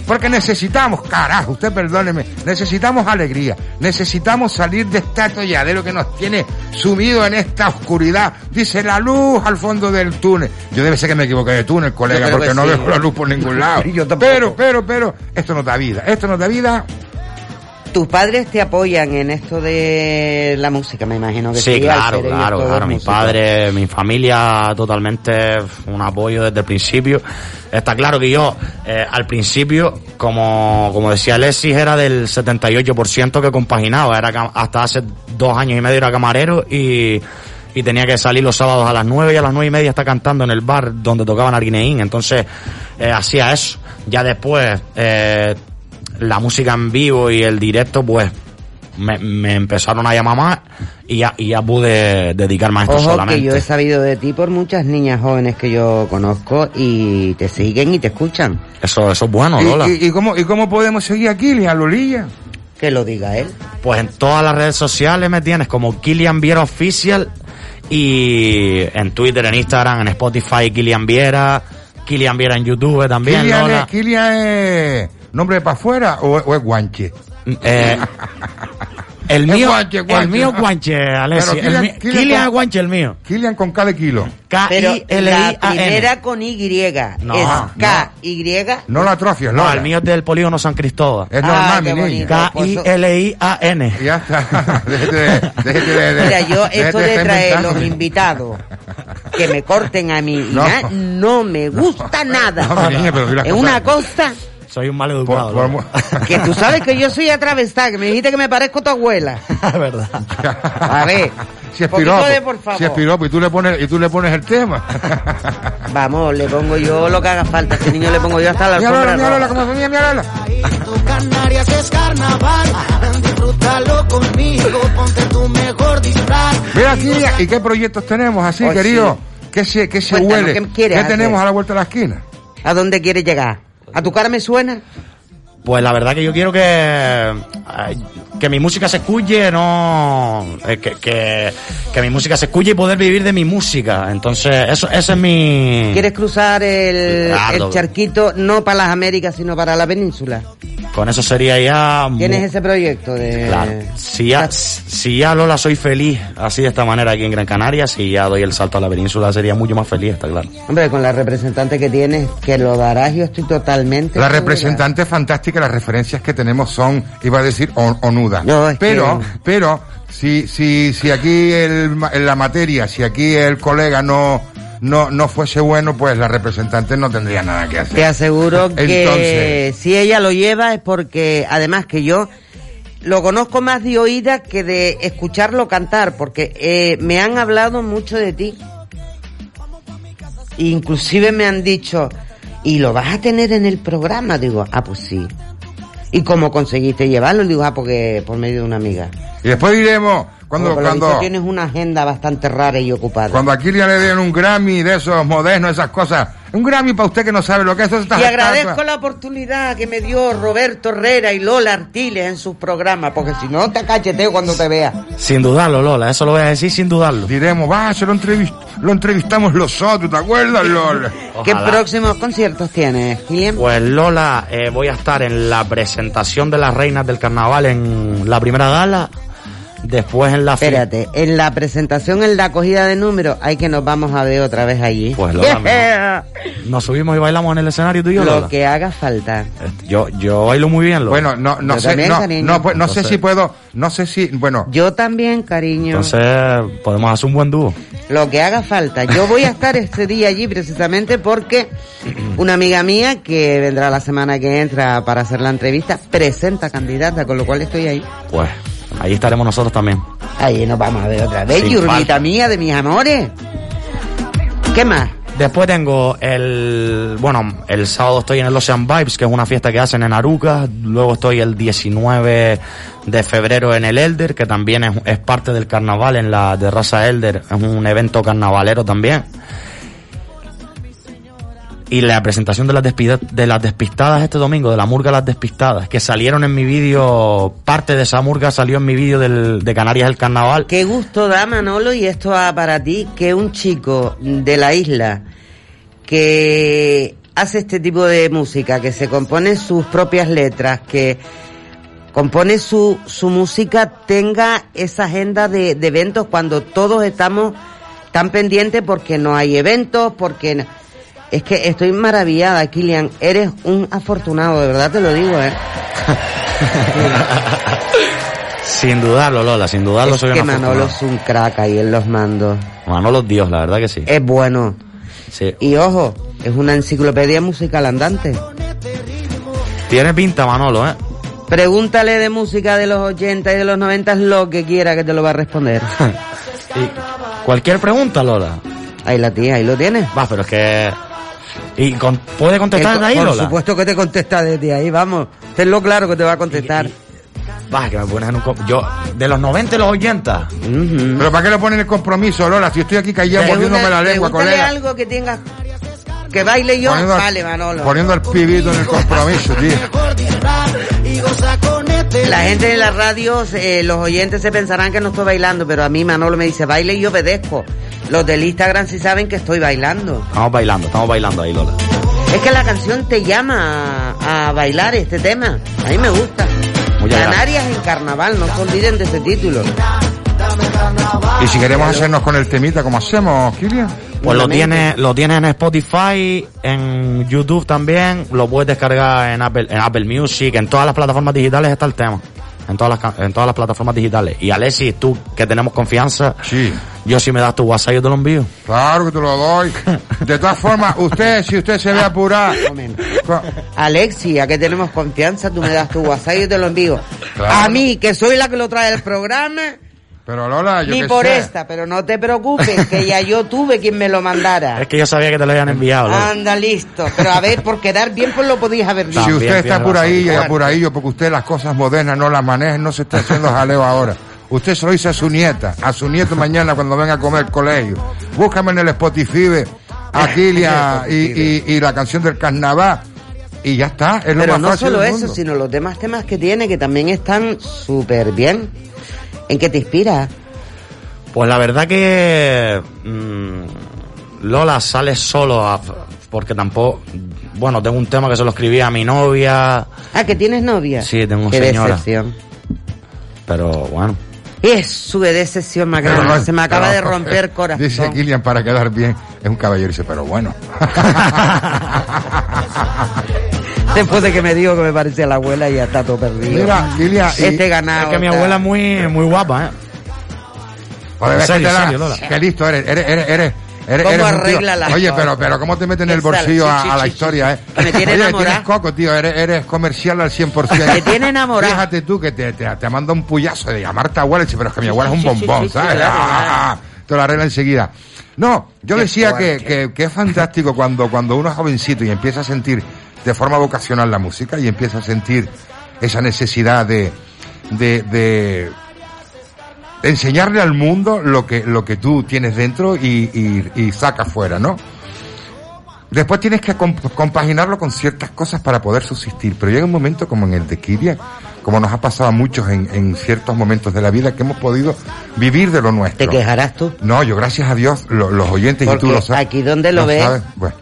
Speaker 7: porque necesitamos, carajo, usted perdóneme, necesitamos alegría. Necesitos salir de este atolladero que nos tiene sumido en esta oscuridad. Dice la luz al fondo del túnel. Yo debe ser que me equivoqué de túnel,
Speaker 6: Yo
Speaker 7: colega,
Speaker 6: creo
Speaker 7: porque
Speaker 6: que
Speaker 7: no
Speaker 6: sí.
Speaker 7: veo la luz por ningún lado.
Speaker 6: Yo tampoco.
Speaker 7: pero, pero, pero, esto nos da vida. Esto nos da vida.
Speaker 6: Tus padres te apoyan en esto de la música, me imagino que
Speaker 9: Sí,
Speaker 6: sí. al
Speaker 9: claro,
Speaker 6: ser ellos
Speaker 9: claro,
Speaker 6: todos
Speaker 9: claro. Mi
Speaker 6: músicos.
Speaker 9: padre, mi familia, totalmente un apoyo desde el principio. Está claro que yo, eh, al principio, como, como decía Alexis, era del 78% que compaginaba. Era cam- hasta hace dos años y medio era camarero y, y tenía que salir los sábados a las 9 y a las 9 y media está cantando en el bar donde tocaban Arguineín. Entonces, eh, hacía eso. Ya después, eh, la música en vivo y el directo, pues, me, me empezaron a llamar más y ya, y ya pude dedicarme a esto
Speaker 6: Ojo
Speaker 9: Ah, solamente.
Speaker 6: que yo he sabido de ti por muchas niñas jóvenes que yo conozco y te siguen y te escuchan.
Speaker 9: Eso, eso es bueno,
Speaker 7: ¿Y-
Speaker 9: Lola.
Speaker 7: y, y cómo, ¿Y cómo podemos seguir a Kilian, Lolilla?
Speaker 6: Que lo diga él.
Speaker 9: Pues en todas las redes sociales me tienes como Kilian Viera Official y en Twitter, en Instagram, en Spotify, Kilian Viera, Kilian Viera en YouTube también,
Speaker 7: Kilian,
Speaker 9: Lola.
Speaker 7: es, Kilian es nombre de para afuera o, o es guanche.
Speaker 9: Eh, el
Speaker 7: Es
Speaker 9: mío,
Speaker 7: guanche, guanche.
Speaker 9: el mío guanche, Alessi.
Speaker 7: Pero
Speaker 9: El
Speaker 7: Kilian-
Speaker 9: mío-
Speaker 7: Kilian
Speaker 9: Kilian
Speaker 7: con-
Speaker 9: guanche el mío.
Speaker 7: Kilian con cada kilo.
Speaker 6: Pero la
Speaker 9: K-I-L-I-A-N.
Speaker 6: primera con Y
Speaker 9: No,
Speaker 6: es
Speaker 9: no.
Speaker 6: K-Y.
Speaker 7: No la atrofias,
Speaker 9: No,
Speaker 7: Lola.
Speaker 9: el mío es del polígono San Cristóbal.
Speaker 7: Es
Speaker 6: Ah,
Speaker 7: normal,
Speaker 6: qué
Speaker 7: mi niña.
Speaker 6: bonito. Pues
Speaker 9: K-I-L-I-A-n.
Speaker 7: Ya está. Déjate de- déjate de- de-
Speaker 6: Mira, yo esto
Speaker 7: déjate
Speaker 6: de traer
Speaker 7: inventar.
Speaker 6: los invitados que me corten a mí y
Speaker 7: No.
Speaker 6: na- no, me gusta nada.
Speaker 7: No, mi niña, pero di las
Speaker 6: es
Speaker 7: cosas.
Speaker 6: una cosa
Speaker 9: Soy un mal
Speaker 7: Por-
Speaker 9: educado.
Speaker 7: por
Speaker 9: ¿no?
Speaker 7: mu-
Speaker 6: que tú sabes que yo soy atravesada, que me dijiste que me parezco a tu abuela.
Speaker 9: Es verdad.
Speaker 6: A ver,
Speaker 7: Si es
Speaker 6: poquito
Speaker 7: piropo,
Speaker 6: de por favor.
Speaker 7: si es piropo y tú le pones, y tú le pones el tema.
Speaker 6: Vamos, le pongo yo lo que haga falta. A este niño le pongo yo hasta la
Speaker 7: mira Lola,
Speaker 6: alfombra
Speaker 7: mira Lola,
Speaker 6: roja.
Speaker 7: cómo sonía, mira Lola.
Speaker 8: Tu Canarias es carnaval. Disfrútalo conmigo, ponte tu mejor disfraz.
Speaker 7: Mira Kilian, ¿y qué proyectos tenemos así,
Speaker 6: Hoy
Speaker 7: querido? ¿Qué se, qué se
Speaker 6: Cuéntanos,
Speaker 7: huele?
Speaker 6: ¿qué quieres hacer?
Speaker 7: tenemos a la vuelta de la esquina?
Speaker 6: ¿A dónde quieres llegar? ¿A tu cara me suena?
Speaker 9: Pues la verdad que yo quiero que ay, que mi música se escuche, no eh, que, que, que mi música se escuche y poder vivir de mi música. Entonces, eso ese es mi Mm.
Speaker 6: ¿Quieres cruzar el,
Speaker 9: Claro.
Speaker 6: el charquito no para las Américas, sino para la península?
Speaker 9: Con eso sería ya...
Speaker 6: ¿Tienes
Speaker 9: mu-
Speaker 6: ese proyecto de...?
Speaker 9: Claro. Si ya, si ya Lola soy feliz así de esta manera aquí en Gran Canaria, si ya doy el salto a la península sería mucho más feliz, está claro.
Speaker 6: Hombre, con la representante que tienes, que lo darás, yo estoy totalmente...
Speaker 7: La
Speaker 6: segura.
Speaker 7: representante es fantástica, las referencias que tenemos son, iba a decir, on- onudas.
Speaker 6: No, es que-
Speaker 7: pero, pero, si, si, si aquí el ma- en la materia, si aquí el colega no, no, no fuese bueno, pues la representante no tendría nada que hacer.
Speaker 6: Te aseguro que
Speaker 7: Entonces.
Speaker 6: si ella lo lleva es porque, además que yo lo conozco más de oída que de escucharlo cantar, porque eh, me han hablado mucho de ti. Inclusive me han dicho, ¿y lo vas a tener en el programa? Digo, ah, pues sí. ¿Y cómo conseguiste llevarlo? Digo, ah, porque por medio de una amiga.
Speaker 7: Y después diremos, cuando,
Speaker 6: Porque por lo
Speaker 7: cuando,
Speaker 6: visto tienes una agenda bastante rara y ocupada.
Speaker 7: cuando aquí ya le den un Grammy de esos modernos, esas cosas. Un Grammy para usted que no sabe lo que es eso. estas
Speaker 6: Y agradezco
Speaker 7: estatuas.
Speaker 6: la oportunidad que me dio Roberto Herrera y Lola Artiles en sus programas, porque si no te cacheteo cuando te vea.
Speaker 9: Sin dudarlo, Lola, eso lo voy a decir sin dudarlo.
Speaker 7: Diremos, va, se lo, entrevist- lo entrevistamos los otros, ¿te acuerdas, Lola?
Speaker 9: Ojalá.
Speaker 6: ¿Qué próximos conciertos tienes, Gillian?
Speaker 9: Pues Lola, eh, voy a estar en la presentación de las reinas del carnaval en la primera gala, después en la fi-
Speaker 6: Espérate, en la presentación, en la acogida de números, hay que nos vamos a ver otra vez allí.
Speaker 9: Pues Lola, Nos subimos y bailamos en el escenario tú y yo,
Speaker 6: Lo
Speaker 9: Lola.
Speaker 6: que haga falta.
Speaker 9: Este, Yo, yo bailo muy bien, Lola.
Speaker 7: Bueno, no, no
Speaker 6: Yo
Speaker 7: sé,
Speaker 6: también,
Speaker 7: no,
Speaker 6: cariño.
Speaker 7: no, pues, no sé
Speaker 9: Entonces-
Speaker 7: si puedo, no sé si, bueno,
Speaker 6: Yo también, cariño.
Speaker 9: Entonces podemos hacer un buen dúo.
Speaker 6: Lo que haga falta. Yo voy a estar este día allí precisamente porque una amiga mía que vendrá la semana que entra para hacer la entrevista presenta candidata, con lo cual estoy ahí.
Speaker 9: Pues ahí estaremos nosotros también.
Speaker 6: Ahí nos vamos a ver otra vez,
Speaker 9: Sin
Speaker 6: yurmita
Speaker 9: falta.
Speaker 6: mía de mis amores. ¿Qué más?
Speaker 9: Después tengo el. Bueno, el sábado estoy en el Ocean Vibes, que es una fiesta que hacen en Aruca. Luego estoy el 19 de febrero en el Elder, que también es, es parte del carnaval en la terraza Elder. Es un evento carnavalero también. Y la presentación de las, despida- de las despistadas este domingo, de la murga Las Despistadas, que salieron en mi vídeo, parte de esa murga salió en mi vídeo del- de Canarias el Carnaval.
Speaker 6: Qué gusto da Manolo y esto va para ti que un chico de la isla que hace este tipo de música, que se compone sus propias letras, que compone su, su música, tenga esa agenda de, de eventos cuando todos estamos tan pendientes porque no hay eventos, porque... no- Es que estoy maravillada, Kilian. Eres un afortunado, de verdad te lo digo, ¿eh?
Speaker 9: Sin dudarlo, Lola, sin dudarlo
Speaker 6: es
Speaker 9: soy
Speaker 6: que
Speaker 9: una
Speaker 6: Manolo es
Speaker 9: afortunada.
Speaker 6: un crack ahí en los mandos.
Speaker 9: Manolo Dios, la verdad que sí.
Speaker 6: Es bueno.
Speaker 9: Sí.
Speaker 6: Y ojo, es una enciclopedia musical andante.
Speaker 9: Tiene pinta Manolo, ¿eh?
Speaker 6: Pregúntale de música de los 80 y de los 90 lo que quiera que te lo va a responder.
Speaker 9: Y cualquier pregunta, Lola.
Speaker 6: Ahí la tía, ahí lo tienes.
Speaker 9: Va, pero es que... ¿Y con- puede contestar
Speaker 6: Esto-
Speaker 9: de ahí,
Speaker 6: por
Speaker 9: Lola?
Speaker 6: Eh, supuesto que te contesta desde ahí, vamos. Tenlo claro que te va a contestar.
Speaker 9: Va, que me pones en un... co- Yo, de los 90 y los 80.
Speaker 6: Ujú.
Speaker 7: pero ¿para qué lo ponen el compromiso, Lola? Si estoy aquí callado mordiéndome la lengua,
Speaker 6: Pregúntale
Speaker 7: colega.
Speaker 6: algo que tengas que baile yo.
Speaker 7: Poniendo al-
Speaker 6: vale, Manolo.
Speaker 7: poniendo al pibito en el compromiso, tío.
Speaker 6: La gente de las radios, eh, los oyentes se pensarán que no estoy bailando, pero a mí Manolo me dice baile y yo obedezco. Los del Instagram sí saben que estoy bailando.
Speaker 9: Estamos bailando, estamos bailando ahí, Lola. Pues
Speaker 6: Es que la canción te llama a, a bailar este tema. A mí me gusta.
Speaker 9: Muchas gracias.
Speaker 6: Canarias en carnaval, no se olviden de ese título.
Speaker 7: Y si queremos hacernos con el temita, ¿cómo hacemos, Kilian?
Speaker 9: Pues lo
Speaker 6: Obviamente.
Speaker 9: tiene, lo tiene en Spotify, en YouTube también, lo puedes descargar en Apple, en Apple Music, en todas las plataformas digitales está el tema. En todas las, ca- en todas las plataformas digitales. Y Alexis, tú que tenemos confianza,
Speaker 7: Sí.
Speaker 9: yo si me das tu WhatsApp yo te lo envío.
Speaker 7: Claro que te lo doy. De todas formas, usted, si usted se ve apurado...
Speaker 6: momento.
Speaker 7: co-
Speaker 6: Alexi, ya que tenemos confianza, tú me das tu WhatsApp y yo te lo envío.
Speaker 7: Claro.
Speaker 6: A mí, que soy la que lo trae el programa,
Speaker 7: Pero Lola, Ah, yo
Speaker 6: ni
Speaker 7: qué
Speaker 6: por
Speaker 7: sé.
Speaker 6: esta, pero no te preocupes, que ya yo tuve quien me lo mandara.
Speaker 9: Es que yo sabía que te lo habían enviado. Lola.
Speaker 6: Anda, listo. Pero a ver, por quedar bien, pues lo podías haber dicho.
Speaker 7: Si
Speaker 9: También
Speaker 7: usted está
Speaker 9: tiene
Speaker 7: por ahí
Speaker 9: razón.
Speaker 7: y por ahí, porque usted las cosas modernas no las maneja, no se está haciendo jaleo ahora. Usted se lo dice a su nieta, a su nieto mañana cuando venga a comer colegio. Búscame en el Spotify a Kilia y, y- y la canción del carnaval. Y ya está, es lo
Speaker 6: Pero
Speaker 7: más
Speaker 6: no
Speaker 7: fácil
Speaker 6: solo
Speaker 7: del
Speaker 6: eso,
Speaker 7: mundo.
Speaker 6: sino los demás temas que tiene que también están súper bien. ¿En qué te inspira?
Speaker 9: Pues la verdad que mm, Lola sale solo a- porque tampoco. Bueno, tengo un tema que se lo escribí a mi novia.
Speaker 6: Ah, que tienes novia.
Speaker 9: Sí, tengo
Speaker 6: Qué
Speaker 9: señora.
Speaker 6: decepción.
Speaker 9: Pero bueno.
Speaker 6: Es su decepción más grande.
Speaker 7: Perdón,
Speaker 6: Se me acaba de
Speaker 7: perdón.
Speaker 6: romper corazón.
Speaker 7: Dice Kilian para quedar bien, es un caballero. Dice, pero bueno.
Speaker 6: Después de que me dijo que me parecía la abuela y ya está todo perdido.
Speaker 7: Mira, Kilian, y-
Speaker 6: este ganado.
Speaker 9: Es que mi
Speaker 6: está.
Speaker 9: abuela es muy, muy guapa, ¿eh?
Speaker 7: Joder,
Speaker 9: En
Speaker 7: ves que
Speaker 9: serio,
Speaker 7: te
Speaker 9: en
Speaker 7: la-
Speaker 9: serio, Lola.
Speaker 7: Qué listo eres, eres, eres, eres. eres-
Speaker 6: ¿Cómo
Speaker 7: eres un tío.
Speaker 6: arregla las
Speaker 7: Oye,
Speaker 6: cosas?
Speaker 7: pero, pero ¿cómo te meten en el
Speaker 6: Esa,
Speaker 7: bolsillo a,
Speaker 6: sí,
Speaker 7: a
Speaker 6: sí,
Speaker 7: la
Speaker 6: sí,
Speaker 7: historia, eh?
Speaker 6: Que me tiene
Speaker 7: Oye,
Speaker 6: enamorada.
Speaker 7: tienes coco, tío, eres, eres comercial al 100%.
Speaker 6: Me tiene enamorada.
Speaker 7: Fíjate tú que te, te, te manda un puyazo de llamarte a Wallace, pero es que mi abuela es un
Speaker 6: sí, sí,
Speaker 7: bombón,
Speaker 6: sí, sí,
Speaker 7: ¿sabes?
Speaker 6: claro, claro.
Speaker 7: Ah, te lo arregla enseguida. No, yo
Speaker 6: Qué
Speaker 7: decía que,
Speaker 6: fuerte.
Speaker 7: que- que es fantástico cuando, cuando uno es jovencito y empieza a sentir de forma vocacional la música y empieza a sentir esa necesidad de- de- de, enseñarle al mundo lo que, lo que tú tienes dentro y, y, y sacas fuera, ¿no? Después tienes que comp- compaginarlo con ciertas cosas para poder subsistir, pero llega un momento como en el de Kiria, como nos ha pasado a muchos en, en ciertos momentos de la vida, que hemos podido vivir de lo nuestro.
Speaker 6: ¿Te quejarás tú?
Speaker 7: No, yo gracias a Dios, lo- los oyentes y
Speaker 6: Porque
Speaker 7: tú lo sabes.
Speaker 6: aquí donde lo ves-
Speaker 7: sabes, Bueno,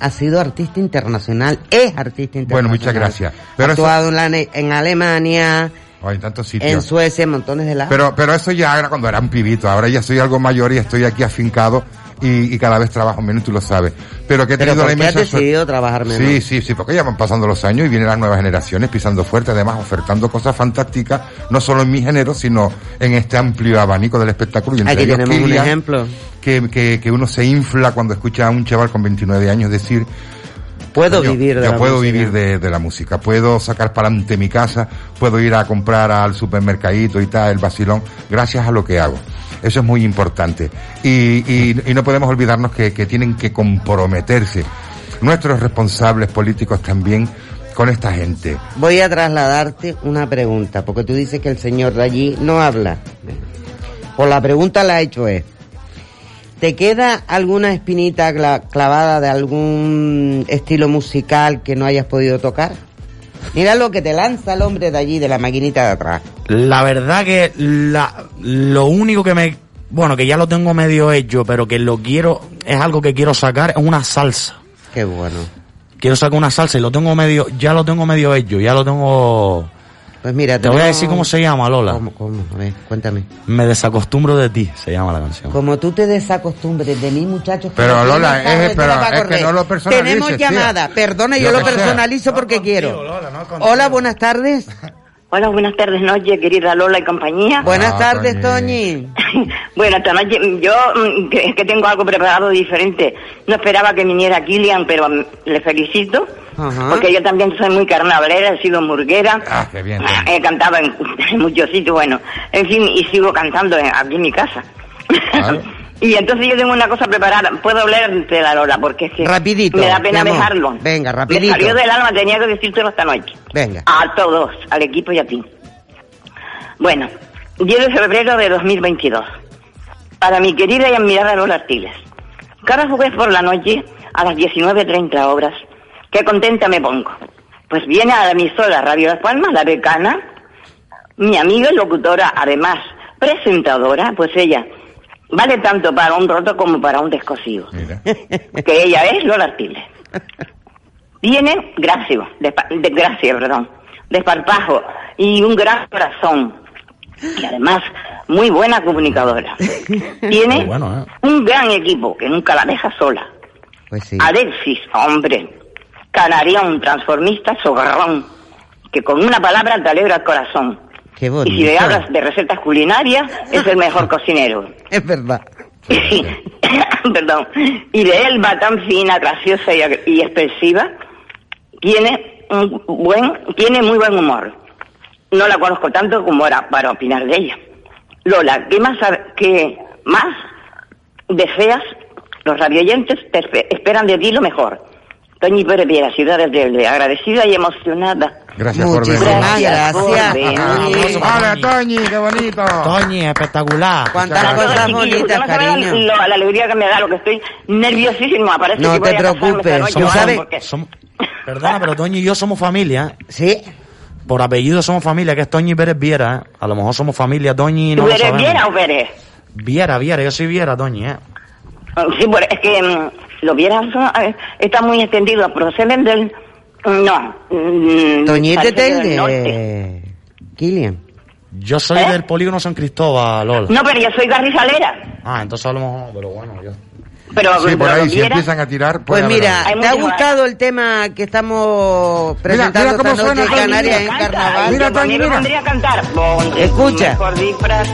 Speaker 6: Ha sido artista internacional. Es artista internacional.
Speaker 7: Bueno, muchas gracias.
Speaker 6: Ha
Speaker 7: Pero eso-
Speaker 6: actuado en, la- en Alemania,
Speaker 7: hay tantos sitios.
Speaker 6: en Suecia, en montones de lados.
Speaker 7: Pero, pero eso ya era cuando era un pibito. Ahora ya soy algo mayor y estoy aquí afincado y, y cada vez trabajo menos, tú lo sabes. Pero que he
Speaker 6: Pero
Speaker 7: tenido la
Speaker 6: ¿por qué has
Speaker 7: inmensa suerte-
Speaker 6: decidido trabajar menos?
Speaker 7: Sí, sí, sí, porque ya van pasando los años y vienen las nuevas generaciones pisando fuerte, además ofertando cosas fantásticas, no solo en mi género, sino en este amplio abanico del espectáculo. Y entre
Speaker 6: Aquí
Speaker 7: ellos
Speaker 6: tenemos un
Speaker 7: Kilian,
Speaker 6: ejemplo.
Speaker 7: Que, que, que uno se infla cuando escucha a un chaval con 29 años decir,
Speaker 6: Puedo
Speaker 7: yo,
Speaker 6: vivir de
Speaker 7: yo
Speaker 6: la
Speaker 7: puedo
Speaker 6: música.
Speaker 7: vivir de, de la música, puedo sacar para adelante mi casa, puedo ir a comprar al supermercadito y tal, el vacilón, gracias a lo que hago. Eso es muy importante. Y, y- y no podemos olvidarnos que, que tienen que comprometerse nuestros responsables políticos también con esta gente.
Speaker 6: Voy a trasladarte una pregunta, porque tú dices que el señor de allí no habla. Por la pregunta la he hecho es, ¿te queda alguna espinita cla- clavada de algún estilo musical que no hayas podido tocar? Mira lo que te lanza el hombre de allí, de la maquinita de atrás.
Speaker 9: La verdad que la, lo único que me... Bueno, que ya lo tengo medio hecho, pero que lo quiero... Es algo que quiero sacar, es una salsa.
Speaker 6: Qué bueno.
Speaker 9: Quiero sacar una salsa y lo tengo medio... Ya lo tengo medio hecho, ya lo tengo...
Speaker 6: Pues mira,
Speaker 9: Te voy a
Speaker 6: no-
Speaker 9: decir cómo se llama, Lola.
Speaker 6: ¿Cómo, cómo? A ver, cuéntame.
Speaker 9: Me desacostumbro de ti, se llama la canción.
Speaker 6: Como tú te desacostumbres de mí, muchachos.
Speaker 7: Pero,
Speaker 6: no
Speaker 7: Lola,
Speaker 6: tienes carretera
Speaker 7: es- pero
Speaker 6: para
Speaker 7: es que
Speaker 6: correr.
Speaker 7: no lo personalices,
Speaker 6: Tenemos
Speaker 7: tía.
Speaker 6: llamada. Perdona, yo,
Speaker 7: Yo
Speaker 6: lo
Speaker 7: que sé.
Speaker 6: personalizo porque quiero. Hola, buenas tardes.
Speaker 10: Hola, buenas tardes, noche, querida Lola y compañía.
Speaker 6: Buenas
Speaker 7: Ah,
Speaker 6: tardes,
Speaker 7: Toñi.
Speaker 6: Toñi.
Speaker 10: Bueno, esta noche mm, yo mm, que- es que tengo algo preparado diferente. No esperaba que viniera Kilian, pero mm, le felicito.
Speaker 6: Ajá.
Speaker 10: Porque yo también soy muy carnavalera, he sido murguera.
Speaker 7: Ah, qué bien,
Speaker 10: He cantado en, en muchos sitios, bueno. En fin, y sigo cantando en- aquí en mi casa.
Speaker 7: Claro.
Speaker 10: y entonces yo tengo una cosa preparada. Puedo hablar de la Lola, porque es que
Speaker 6: Rapidito,
Speaker 10: me da pena
Speaker 6: mi amor.
Speaker 10: dejarlo.
Speaker 6: Venga,
Speaker 10: Me
Speaker 6: rapidito.
Speaker 10: salió del alma, tenía que decírtelo esta noche.
Speaker 6: Venga.
Speaker 10: A todos, al equipo y a ti. Bueno, 10 de febrero de 2022. Para mi querida y admirada Lola Artiles. Cada jueves por la noche, a las 19.30 horas, qué contenta me pongo. Pues viene a la emisora Radio Las Palmas, la becana, mi amiga y locutora, además presentadora, pues ella vale tanto para un roto como para un descosido
Speaker 7: Mira.
Speaker 10: que ella es Lola Artiles. Tiene gracia, despa- de, gracia, perdón, desparpajo y un gran corazón. Y además, muy buena comunicadora. Tiene
Speaker 9: Muy bueno, ¿eh?
Speaker 10: un gran equipo que nunca la deja sola.
Speaker 6: Pues sí.
Speaker 10: Alexis, hombre, canarión, transformista, sogarrón, que con una palabra te alegra el corazón.
Speaker 6: Qué
Speaker 10: Y si le
Speaker 6: bonito.
Speaker 10: hablas de recetas culinarias, es el mejor cocinero.
Speaker 6: Es verdad.
Speaker 10: perdón, y de él va tan fina, graciosa y, ag- y expresiva, tiene un buen, tiene muy buen humor. No la conozco tanto como era para opinar de ella. Lola, ¿qué más, sab- qué más deseas? Los radioyentes te espe- esperan de ti lo mejor. Toñi Pérez Viera, Ciudad del Verde, agradecida y emocionada.
Speaker 7: Gracias por
Speaker 6: Muchísimas
Speaker 7: venir.
Speaker 10: Gracias por
Speaker 6: gracias.
Speaker 10: venir.
Speaker 9: Ah,
Speaker 6: Toñi.
Speaker 7: Hola, Toñi, qué bonito.
Speaker 9: Toñi, espectacular.
Speaker 6: Cuántas cosas
Speaker 10: Chiquillos,
Speaker 6: bonitas,
Speaker 10: no saben
Speaker 6: cariño.
Speaker 10: lo- la alegría que me da, lo que estoy nerviosísima. Parece
Speaker 6: No
Speaker 10: que voy a
Speaker 6: te
Speaker 10: casarme
Speaker 6: preocupes,
Speaker 10: esta noche,
Speaker 6: tú
Speaker 10: no,
Speaker 6: sabes-
Speaker 10: porque-
Speaker 9: Somos- perdona, pero Toñi y yo somos familia. ¿eh?
Speaker 6: Sí.
Speaker 9: Por apellido somos familia, que es Toñi Pérez Viera. ¿eh? A lo mejor somos familia, Toñi, no
Speaker 10: ¿Tú
Speaker 9: lo
Speaker 10: eres
Speaker 9: sabemos.
Speaker 10: Viera o Pérez?
Speaker 9: Viera, Viera, yo soy Viera, Toñi, ¿eh?
Speaker 11: Sí, bueno, es que mm, lo vieras, eh, está muy extendido, proceden del... No. mm,
Speaker 6: Toñete
Speaker 11: parece que
Speaker 6: Tel
Speaker 11: del norte. ¿Eh?
Speaker 6: de este Kilian.
Speaker 9: Yo soy del polígono San Cristóbal, Lola.
Speaker 11: No, pero yo soy garrizalera.
Speaker 9: Ah, entonces a lo mejor, pero bueno, yo.
Speaker 11: Pero,
Speaker 7: Sí, por
Speaker 11: pero lo
Speaker 7: ahí, si
Speaker 11: vieras-
Speaker 7: empiezan a tirar,
Speaker 6: Pues
Speaker 7: puede haber
Speaker 6: mira,
Speaker 7: algo.
Speaker 6: ¿te ha gustado el tema que estamos
Speaker 7: mira
Speaker 6: presentando
Speaker 7: cómo
Speaker 6: esta noche
Speaker 7: suena,
Speaker 6: en
Speaker 7: Tony,
Speaker 6: Canarias
Speaker 11: mira,
Speaker 6: en
Speaker 11: canta.
Speaker 6: carnaval?
Speaker 11: Ay,
Speaker 7: Mira,
Speaker 11: yo
Speaker 7: Tony,
Speaker 11: conmigo
Speaker 7: mira.
Speaker 11: pondría a cantar. Ponte
Speaker 6: Escucha.
Speaker 11: tu mejor disfraz.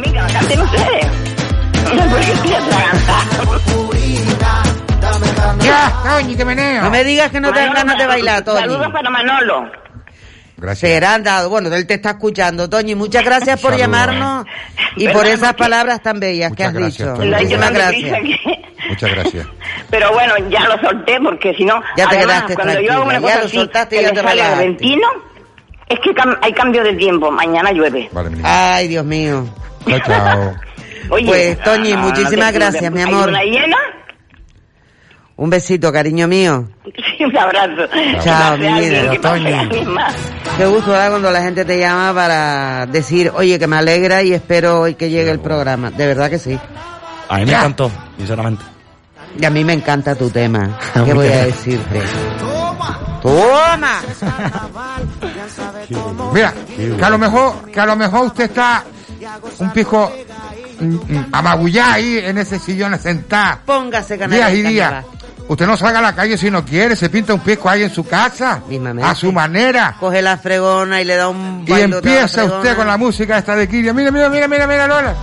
Speaker 11: Venga, canten ustedes. Porque estoy atragantada.
Speaker 7: ¡Ya! ¡Coño, te meneo!
Speaker 6: No me digas que no te dan
Speaker 11: Manolo,
Speaker 6: ganas de bailar, Tony.
Speaker 11: Saludos para Manolo.
Speaker 7: Gracias.
Speaker 6: Serán dados. Bueno, él te está escuchando, Toñi. Muchas gracias por
Speaker 7: Saludos.
Speaker 6: llamarnos y
Speaker 11: Pero
Speaker 6: por
Speaker 11: no,
Speaker 6: esas
Speaker 11: que-
Speaker 6: palabras tan bellas que
Speaker 7: Muchas
Speaker 6: has
Speaker 7: gracias,
Speaker 6: dicho.
Speaker 7: Toñi.
Speaker 11: Lo he hecho
Speaker 6: Muchísimas
Speaker 11: tan
Speaker 6: gracias.
Speaker 11: deprisa que...
Speaker 7: Muchas gracias.
Speaker 11: Pero bueno, ya lo solté porque si no...
Speaker 6: Ya te
Speaker 11: además,
Speaker 6: quedaste
Speaker 11: cuando yo
Speaker 6: tranquila,
Speaker 11: hago una
Speaker 6: ya
Speaker 11: cosa
Speaker 6: lo
Speaker 11: así,
Speaker 6: soltaste y
Speaker 11: que
Speaker 6: ya
Speaker 11: le
Speaker 6: te
Speaker 11: sale
Speaker 6: relajaste.
Speaker 11: repentino, es que cam- hay cambio de tiempo. Mañana llueve.
Speaker 7: Vale, mi niña.
Speaker 6: Ay, Dios mío.
Speaker 7: Chao, Pues chao.
Speaker 11: Oye, ah,
Speaker 6: Pues, Toñi,
Speaker 11: no, no te
Speaker 6: muchísimas
Speaker 11: digo,
Speaker 6: gracias, mi
Speaker 11: hay
Speaker 6: amor.
Speaker 11: una hiena?
Speaker 6: Un besito, cariño mío.
Speaker 11: Sí, un abrazo.
Speaker 6: Chao,
Speaker 11: Que pase
Speaker 6: mi vida,
Speaker 11: alguien, que pase
Speaker 9: Toñi.
Speaker 11: alguien más.
Speaker 6: Qué gusto da cuando la gente te llama para decir, oye, que me alegra y espero hoy que llegue el programa. De verdad que sí.
Speaker 9: A mí me encantó, sinceramente.
Speaker 6: Y a mí me encanta tu tema. ¿Qué voy a decirte? ¡Toma!
Speaker 7: Mira, que a lo mejor, que a lo mejor usted está un pico mm, mm, amabullá ahí en ese sillón sentado.
Speaker 6: Póngase canal.
Speaker 7: días y días. Usted no salga a la calle si no quiere, se pinta un pisco ahí en su casa,
Speaker 6: Mismamente.
Speaker 7: a su manera.
Speaker 6: Ah, Coge la fregona y le da un
Speaker 7: Y
Speaker 6: bailoteo a la
Speaker 7: empieza usted
Speaker 6: fregona.
Speaker 7: con la música esta de Kiria. Mira, mira, mira, mira, mira, Lola.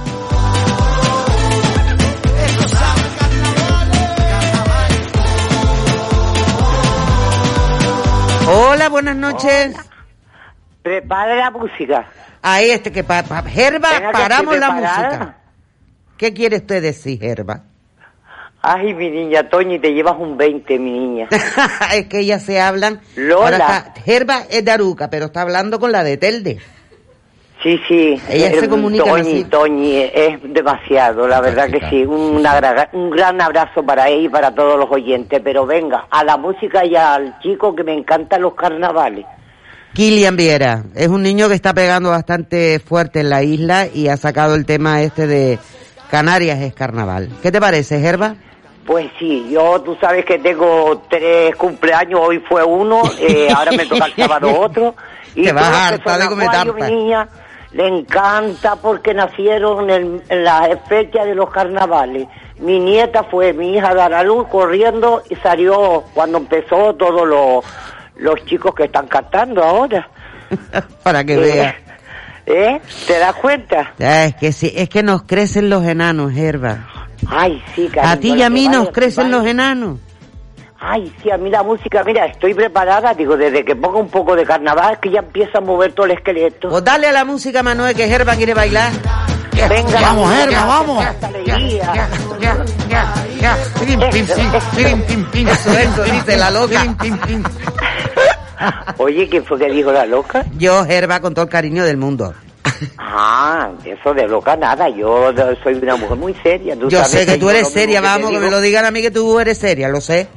Speaker 6: Hola, buenas noches.
Speaker 11: Prepare la música.
Speaker 6: Ahí este que pa, pa- Gerba,
Speaker 11: Venga, que
Speaker 6: paramos
Speaker 11: estoy
Speaker 6: la
Speaker 11: preparada.
Speaker 6: música. ¿Qué quiere usted decir, Gerba?
Speaker 11: Ay, mi niña, Toñi, te llevas un 20, mi niña.
Speaker 6: Ah, es que ellas se hablan.
Speaker 11: Lola.
Speaker 6: Ahora está- Gerba es de Aruca, pero está hablando con la de Telde.
Speaker 11: Sí, sí.
Speaker 6: Ellas se
Speaker 11: Eh,
Speaker 6: comunican
Speaker 11: Toñi,
Speaker 6: así.
Speaker 11: Toñi, eh, es demasiado, la verdad que sí. Un, agra- un gran abrazo para ella y para todos los oyentes. Pero venga, a la música y al chico que me encantan los carnavales.
Speaker 6: Kilian Viera es un niño que está pegando bastante fuerte en la isla y ha sacado el tema este de Canarias es carnaval. ¿Qué te parece, Gerba?
Speaker 11: Pues sí, yo tú sabes que tengo tres cumpleaños, hoy fue uno, eh, ahora me toca el sábado otro. este
Speaker 6: Te vas
Speaker 11: todos los
Speaker 6: harta
Speaker 11: que son
Speaker 6: de comer
Speaker 11: acuario,
Speaker 6: tarta.
Speaker 11: mi niña, le encanta porque nacieron en, en las fechas de los carnavales. Mi nieta fue mi hija dar a luz corriendo y salió cuando empezó todos los, los chicos que están cantando ahora.
Speaker 6: Para que
Speaker 11: Eh,
Speaker 6: veas.
Speaker 11: ¿Eh? ¿Te das cuenta?
Speaker 6: Ya, es que sí, es que nos crecen los enanos, Gerba.
Speaker 11: Ay, sí, cariño.
Speaker 6: A ti y a
Speaker 11: que
Speaker 6: mí nos
Speaker 11: vaya, que
Speaker 6: crecen
Speaker 11: vaya.
Speaker 6: los enanos.
Speaker 11: Ay, sí, a mí la música, mira, estoy preparada, digo, desde que ponga un poco de carnaval, que ya empieza a mover todo el esqueleto.
Speaker 6: Pues dale a la música, Manuel, que Gerba quiere bailar.
Speaker 9: Vamos,
Speaker 11: Venga, la música,
Speaker 9: Herma,
Speaker 11: que
Speaker 9: vamos.
Speaker 11: hace alegría.
Speaker 7: Ya, ya, ya, ya. Pirim, pim, pim, pirim, pim, pim.
Speaker 6: Eso, eso, dice la loca.
Speaker 7: Pirim, pim, pim.
Speaker 11: Oye, ¿quién fue que dijo la loca?
Speaker 6: Yo, Gerba, con todo el cariño del mundo.
Speaker 11: Ah, eso de loca nada, yo de- soy una mujer muy seria. tú
Speaker 6: Yo
Speaker 11: sabes
Speaker 6: sé que tú
Speaker 11: yo lo
Speaker 6: eres
Speaker 11: mismo
Speaker 6: seria,
Speaker 11: te
Speaker 6: vamos, que me
Speaker 11: digo,
Speaker 6: lo digan a mí que tú eres seria, lo sé.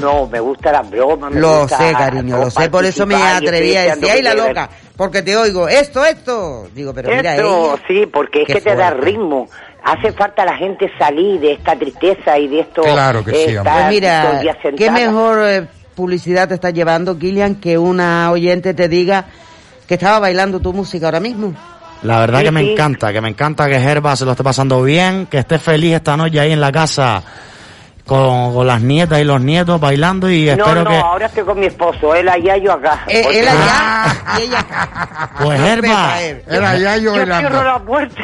Speaker 11: No, me gusta la broma. me
Speaker 6: Lo
Speaker 11: gusta
Speaker 6: sé, cariño, lo sé. Por eso me
Speaker 11: participar y
Speaker 6: atreví a
Speaker 11: estoy
Speaker 6: decir, ¡ay, la
Speaker 11: deseando que
Speaker 6: loca! Porque te oigo, esto, esto. Digo, pero mira,
Speaker 11: Eso,
Speaker 6: ella.
Speaker 11: sí, porque es
Speaker 6: Qué
Speaker 11: que te da
Speaker 6: fuerte.
Speaker 11: ritmo. Hace falta la gente salir de esta tristeza y de esto. eh,
Speaker 7: Claro que sí,
Speaker 11: estar
Speaker 7: amor.
Speaker 6: Pues
Speaker 11: todo
Speaker 6: mira,
Speaker 11: el día
Speaker 6: qué
Speaker 11: sentada.
Speaker 6: mejor eh, publicidad te está llevando, Kilian, que una oyente te diga que estaba bailando tu música ahora mismo.
Speaker 9: La verdad
Speaker 11: Sí,
Speaker 9: que me
Speaker 11: sí.
Speaker 9: encanta, que me encanta que Gerba se lo esté pasando bien, que esté feliz esta noche ahí en la casa con, con las nietas y los nietos bailando y
Speaker 11: No,
Speaker 9: espero
Speaker 11: no,
Speaker 9: que...
Speaker 11: ahora estoy con mi esposo, él allá, yo acá.
Speaker 6: Eh,
Speaker 11: Porque
Speaker 6: él allá y ella acá.
Speaker 9: Pues
Speaker 6: Respeta,
Speaker 9: Gerba,
Speaker 6: él.
Speaker 7: Era ya yo
Speaker 11: Yo cierro
Speaker 7: bailando.
Speaker 11: la puerta.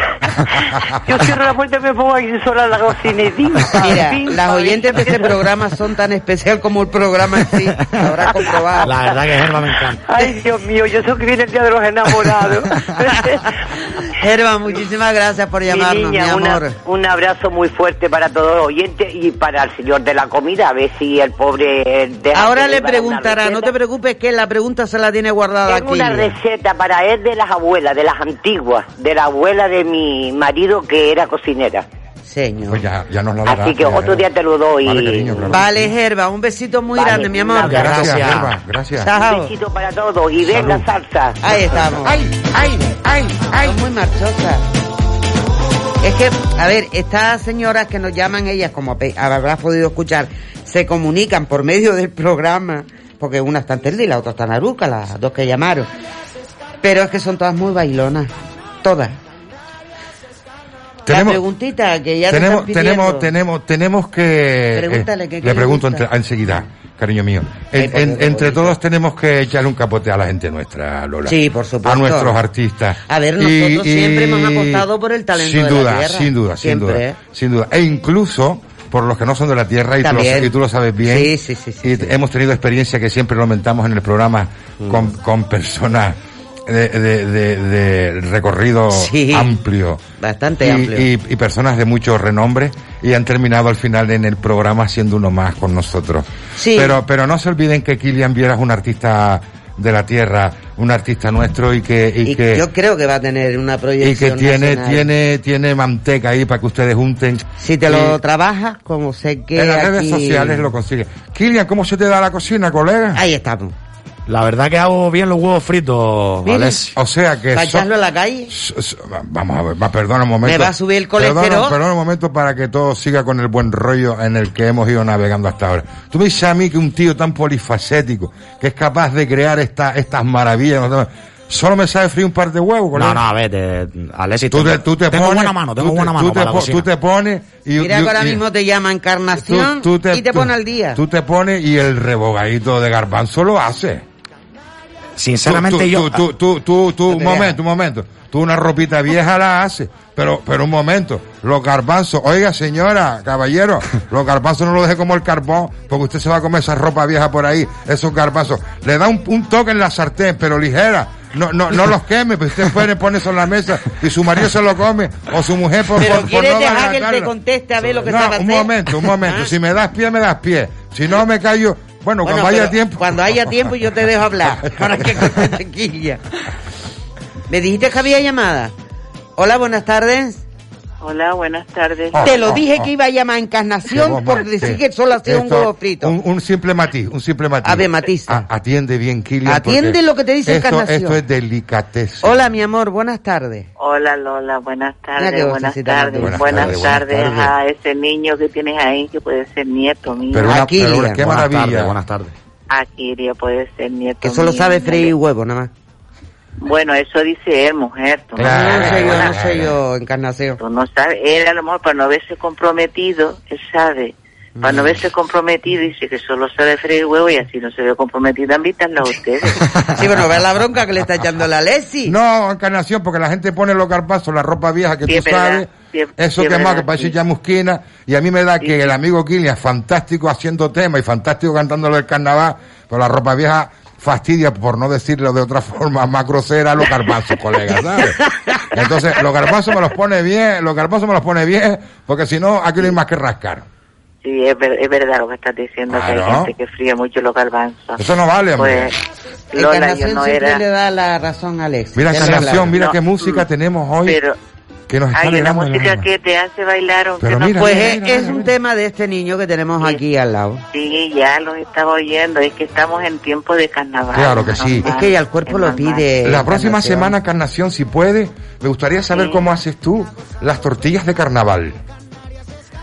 Speaker 11: Yo cierro la puerta y me pongo aquí sola en la cocinetita.
Speaker 6: Mira,
Speaker 11: Pim,
Speaker 6: las
Speaker 11: pam.
Speaker 6: oyentes de este programa son tan especial como el programa en sí. Lo habrás comprobado.
Speaker 9: la verdad que Gerba me encanta.
Speaker 11: Ay, Dios mío, yo soy que viene el día de los enamorados.
Speaker 6: Gerba, muchísimas gracias por
Speaker 11: Mi
Speaker 6: llamarnos, mi,
Speaker 11: niña, una-
Speaker 6: amor.
Speaker 11: un abrazo muy fuerte para todos los oyentes y para el señor de la comida, a ver si el pobre... eh, deja
Speaker 6: Ahora
Speaker 11: que
Speaker 6: le
Speaker 11: dar una
Speaker 6: preguntará, no
Speaker 11: receta.
Speaker 6: te preocupes que la pregunta se la tiene guardada
Speaker 11: Tengo
Speaker 6: aquí.
Speaker 11: una receta para él de las abuelas, de las antiguas, de la abuela de mi marido que era cocinera.
Speaker 6: Señor.
Speaker 7: Pues ya, ya nos la dará.
Speaker 11: Así que otro día te lo doy.
Speaker 7: Vale, cariño, claro.
Speaker 6: Vale, Gerba, un besito muy
Speaker 11: Vale,
Speaker 6: grande, mi
Speaker 11: un
Speaker 6: amor.
Speaker 11: abrazo.
Speaker 7: Gracias,
Speaker 9: Gracias.
Speaker 7: Gerba, gracias.
Speaker 6: Chao.
Speaker 11: Un besito para todos y venga salsa.
Speaker 6: Ahí estamos.
Speaker 7: ¡Ay, ay, ay, ay!
Speaker 6: Son muy marchosa. Es que, a ver, estas señoras que nos llaman ellas, como pe- habrás podido escuchar, se comunican por medio del programa, porque una está en Telde y la otra está en Aruca, las dos que llamaron. Pero es que son todas muy bailonas, todas. la
Speaker 7: Tenemos-
Speaker 6: preguntita que ya te
Speaker 7: tenemos,
Speaker 6: están
Speaker 7: tenemos,
Speaker 6: pidiendo.
Speaker 7: tenemos, tenemos que. eh,
Speaker 6: Pregúntale qué- qué
Speaker 7: le
Speaker 6: le
Speaker 7: pregunto
Speaker 6: gusta.
Speaker 7: entre- enseguida, cariño mío. En-
Speaker 6: Ay, por
Speaker 7: en-
Speaker 6: Dios, qué
Speaker 7: entre todos tenemos que echarle un capote a la gente nuestra, Lola.
Speaker 6: Sí, por supuesto.
Speaker 7: A nuestros artistas.
Speaker 6: A ver,
Speaker 7: Y-
Speaker 6: nosotros
Speaker 7: y-
Speaker 6: siempre hemos apostado por el talento
Speaker 7: Sin
Speaker 6: de la
Speaker 7: duda,
Speaker 6: tierra.
Speaker 7: sin duda, sin
Speaker 6: Siempre,
Speaker 7: duda,
Speaker 6: ¿eh?
Speaker 7: sin duda. E incluso por los que no son de la tierra y, tú lo,
Speaker 6: También.
Speaker 7: y tú lo sabes bien.
Speaker 6: Sí, sí, sí, sí, Mm.
Speaker 7: y
Speaker 6: sí.
Speaker 7: hemos tenido experiencia que siempre lo mentamos en el programa con, con personas de, de- de- de recorrido
Speaker 6: Sí.
Speaker 7: amplio.
Speaker 6: Bastante
Speaker 7: y,
Speaker 6: amplio.
Speaker 7: y- y personas de mucho renombre y han terminado al final en el programa siendo uno más con nosotros.
Speaker 6: Sí.
Speaker 7: Pero, pero no se olviden que Kilian Viera es un artista de la tierra, un artista nuestro y que, y
Speaker 6: Y
Speaker 7: que,
Speaker 6: yo creo que va a tener una proyección
Speaker 7: y que tiene,
Speaker 6: nacional.
Speaker 7: tiene, tiene manteca ahí para que ustedes junten.
Speaker 6: Si te lo trabajas, como sé que
Speaker 7: en las redes
Speaker 6: aquí-
Speaker 7: sociales lo consigue. Kilian, ¿cómo se te da la cocina, colega?
Speaker 6: Ahí estamos.
Speaker 9: La verdad que hago bien los huevos fritos,
Speaker 6: Mire.
Speaker 9: Valés.
Speaker 7: O sea que...
Speaker 6: ¿Para
Speaker 7: so-
Speaker 6: echarlo a la calle?
Speaker 7: so- so- vamos a ver, va, perdona un momento.
Speaker 6: Me va a subir el
Speaker 7: Perdona-
Speaker 6: colesterol.
Speaker 7: Perdona un momento para que todo siga con el buen rollo en el que hemos ido navegando hasta ahora. Tú me dices a mí que un tío tan polifacético, que es capaz de crear esta, estas maravillas, ¿no? solo me sabe freír un par de huevos, colega.
Speaker 9: No, no, a ver, eh, Alexis,
Speaker 7: Tú te,
Speaker 9: tengo,
Speaker 7: tú te
Speaker 9: tengo
Speaker 7: pones,
Speaker 9: buena mano, tengo
Speaker 7: tú te-
Speaker 9: buena mano
Speaker 7: tú te
Speaker 9: para la
Speaker 7: po-
Speaker 9: cocina.
Speaker 7: tú te pones y,
Speaker 6: Mira
Speaker 7: y-
Speaker 6: que ahora
Speaker 7: y-
Speaker 6: mismo te llama Encarnación
Speaker 7: tú- tú
Speaker 6: y te
Speaker 7: tú-
Speaker 6: pone al día.
Speaker 7: Tú te pones y el rebogadito de garbanzo lo hace.
Speaker 9: Sinceramente
Speaker 7: tú, tú-
Speaker 9: yo... ah,
Speaker 7: Tú, tú, tú, tú,
Speaker 6: No
Speaker 7: un
Speaker 6: te deja.
Speaker 7: momento, un momento. Tú una ropita vieja la haces, pero, pero un momento. Los garbanzos, oiga señora, caballero, los garbanzos no los deje como el carbón, porque usted se va a comer esa ropa vieja por ahí, esos garbanzos. Le da un, un toque en la sartén, pero ligera. No, no, no los queme, pero usted puede poner eso en la mesa y su marido se lo come, o su mujer por,
Speaker 6: Pero
Speaker 7: por- por
Speaker 6: quieres
Speaker 7: no
Speaker 6: dejar que él te
Speaker 7: maltratarlo.
Speaker 6: conteste a ver lo que Ah.
Speaker 7: No,
Speaker 6: sabe
Speaker 7: un
Speaker 6: hacer.
Speaker 7: momento, un momento. Si me das pie, me das pie. Si no, me callo. Bueno,
Speaker 6: Bueno,
Speaker 7: cuando haya
Speaker 6: pero
Speaker 7: tiempo.
Speaker 6: Cuando haya tiempo yo te dejo hablar. Para que conteste aquí ya. ¿Me dijiste que había llamada? Hola, buenas tardes.
Speaker 12: Hola, buenas tardes.
Speaker 7: Oh,
Speaker 6: Te lo
Speaker 7: oh,
Speaker 6: dije
Speaker 7: oh.
Speaker 6: que iba a llamar
Speaker 7: Que vos,
Speaker 6: Encarnación por
Speaker 7: Mati,
Speaker 6: decir que solo hacía un
Speaker 7: esto,
Speaker 6: huevo frito.
Speaker 7: Un, un simple matiz, un simple matiz.
Speaker 6: A ver, matiza.
Speaker 7: A- atiende bien, Kilian.
Speaker 6: Atiende
Speaker 7: porque
Speaker 6: lo que te dice
Speaker 7: esto,
Speaker 6: Encarnación.
Speaker 7: Esto es delicatez.
Speaker 6: Hola, mi amor, buenas tardes.
Speaker 12: Hola Lola, buenas
Speaker 6: Mira
Speaker 12: tardes,
Speaker 6: qué
Speaker 12: buenas
Speaker 6: vocecita más
Speaker 12: tardes,
Speaker 7: bonita.
Speaker 12: buenas,
Speaker 7: Buenas
Speaker 12: tardes,
Speaker 7: tardes, buenas
Speaker 12: a ese niño que tienes ahí que puede ser nieto mío,
Speaker 7: Pero, una,
Speaker 6: Aquí,
Speaker 7: pero
Speaker 6: Kilian.
Speaker 7: qué
Speaker 9: buenas
Speaker 7: maravilla.
Speaker 9: tardes, buenas tardes.
Speaker 12: aquí ya puede ser nieto
Speaker 6: Que solo
Speaker 12: mío.
Speaker 6: sabe freír huevo, nada más.
Speaker 12: Bueno, eso dice él, mujer. Tú,
Speaker 6: no
Speaker 7: Claro,
Speaker 12: no,
Speaker 6: sé
Speaker 12: sabes,
Speaker 6: yo, no
Speaker 7: claro.
Speaker 6: sé yo, Encarnación.
Speaker 12: tú no sabes, él a lo mejor para no haberse comprometido, él sabe, para
Speaker 6: Mm.
Speaker 12: no haberse comprometido dice que solo sabe freír huevo y así no se ve comprometida, invítanlo a ustedes.
Speaker 6: Sí, pero ve la bronca que le está echando la Lesi.
Speaker 7: No, encarnación, porque la gente pone los garbanzos, la ropa vieja que
Speaker 12: Sí,
Speaker 7: tú
Speaker 12: es verdad,
Speaker 7: sabes.
Speaker 12: sí, es-
Speaker 7: eso
Speaker 12: sí,
Speaker 7: que
Speaker 12: es
Speaker 7: más que
Speaker 12: verdad,
Speaker 7: parece
Speaker 12: sí.
Speaker 7: musquina. Y a mí me da
Speaker 12: Sí,
Speaker 7: que el amigo Kilian es fantástico haciendo temas y fantástico cantándolo del carnaval, pero la ropa vieja fastidia, por no decirlo de otra forma más grosera, a los garbanzos, colega, ¿sabes? Entonces, los garbanzos me los pone bien, los garbanzos me los pone bien, porque si no, aquí no hay más que rascar.
Speaker 12: Sí, es, ver- es verdad lo que estás diciendo, que
Speaker 7: Claro.
Speaker 12: hay gente que fríe mucho los garbanzos.
Speaker 7: Eso no vale, hombre.
Speaker 12: Pues, Lola, yo
Speaker 6: Encarnación
Speaker 12: no
Speaker 6: siempre
Speaker 12: era...
Speaker 6: le da la razón a Alexis.
Speaker 7: Mira
Speaker 6: Ya lo
Speaker 7: Encarnación,
Speaker 6: hablamos.
Speaker 7: mira
Speaker 12: No,
Speaker 7: qué música
Speaker 12: mm,
Speaker 7: tenemos hoy
Speaker 12: pero
Speaker 7: que nos está
Speaker 12: hay una
Speaker 7: alegrando el
Speaker 12: música
Speaker 7: alma.
Speaker 12: que te hace bailar aunque
Speaker 7: Pero
Speaker 12: no
Speaker 7: mira,
Speaker 6: Pues
Speaker 7: mira,
Speaker 6: es,
Speaker 7: mira,
Speaker 6: es
Speaker 7: mira,
Speaker 6: un
Speaker 7: mira.
Speaker 6: tema de este niño que tenemos
Speaker 12: Sí.
Speaker 6: aquí al lado.
Speaker 12: Sí, ya los estaba oyendo. Es que estamos en tiempo de carnaval.
Speaker 7: Claro que sí.
Speaker 6: Es que ya el cuerpo lo
Speaker 12: normal.
Speaker 6: pide.
Speaker 7: La próxima
Speaker 6: Encarnación.
Speaker 7: semana, Encarnación, si puede, me gustaría saber
Speaker 12: Sí.
Speaker 7: cómo haces tú las tortillas de carnaval.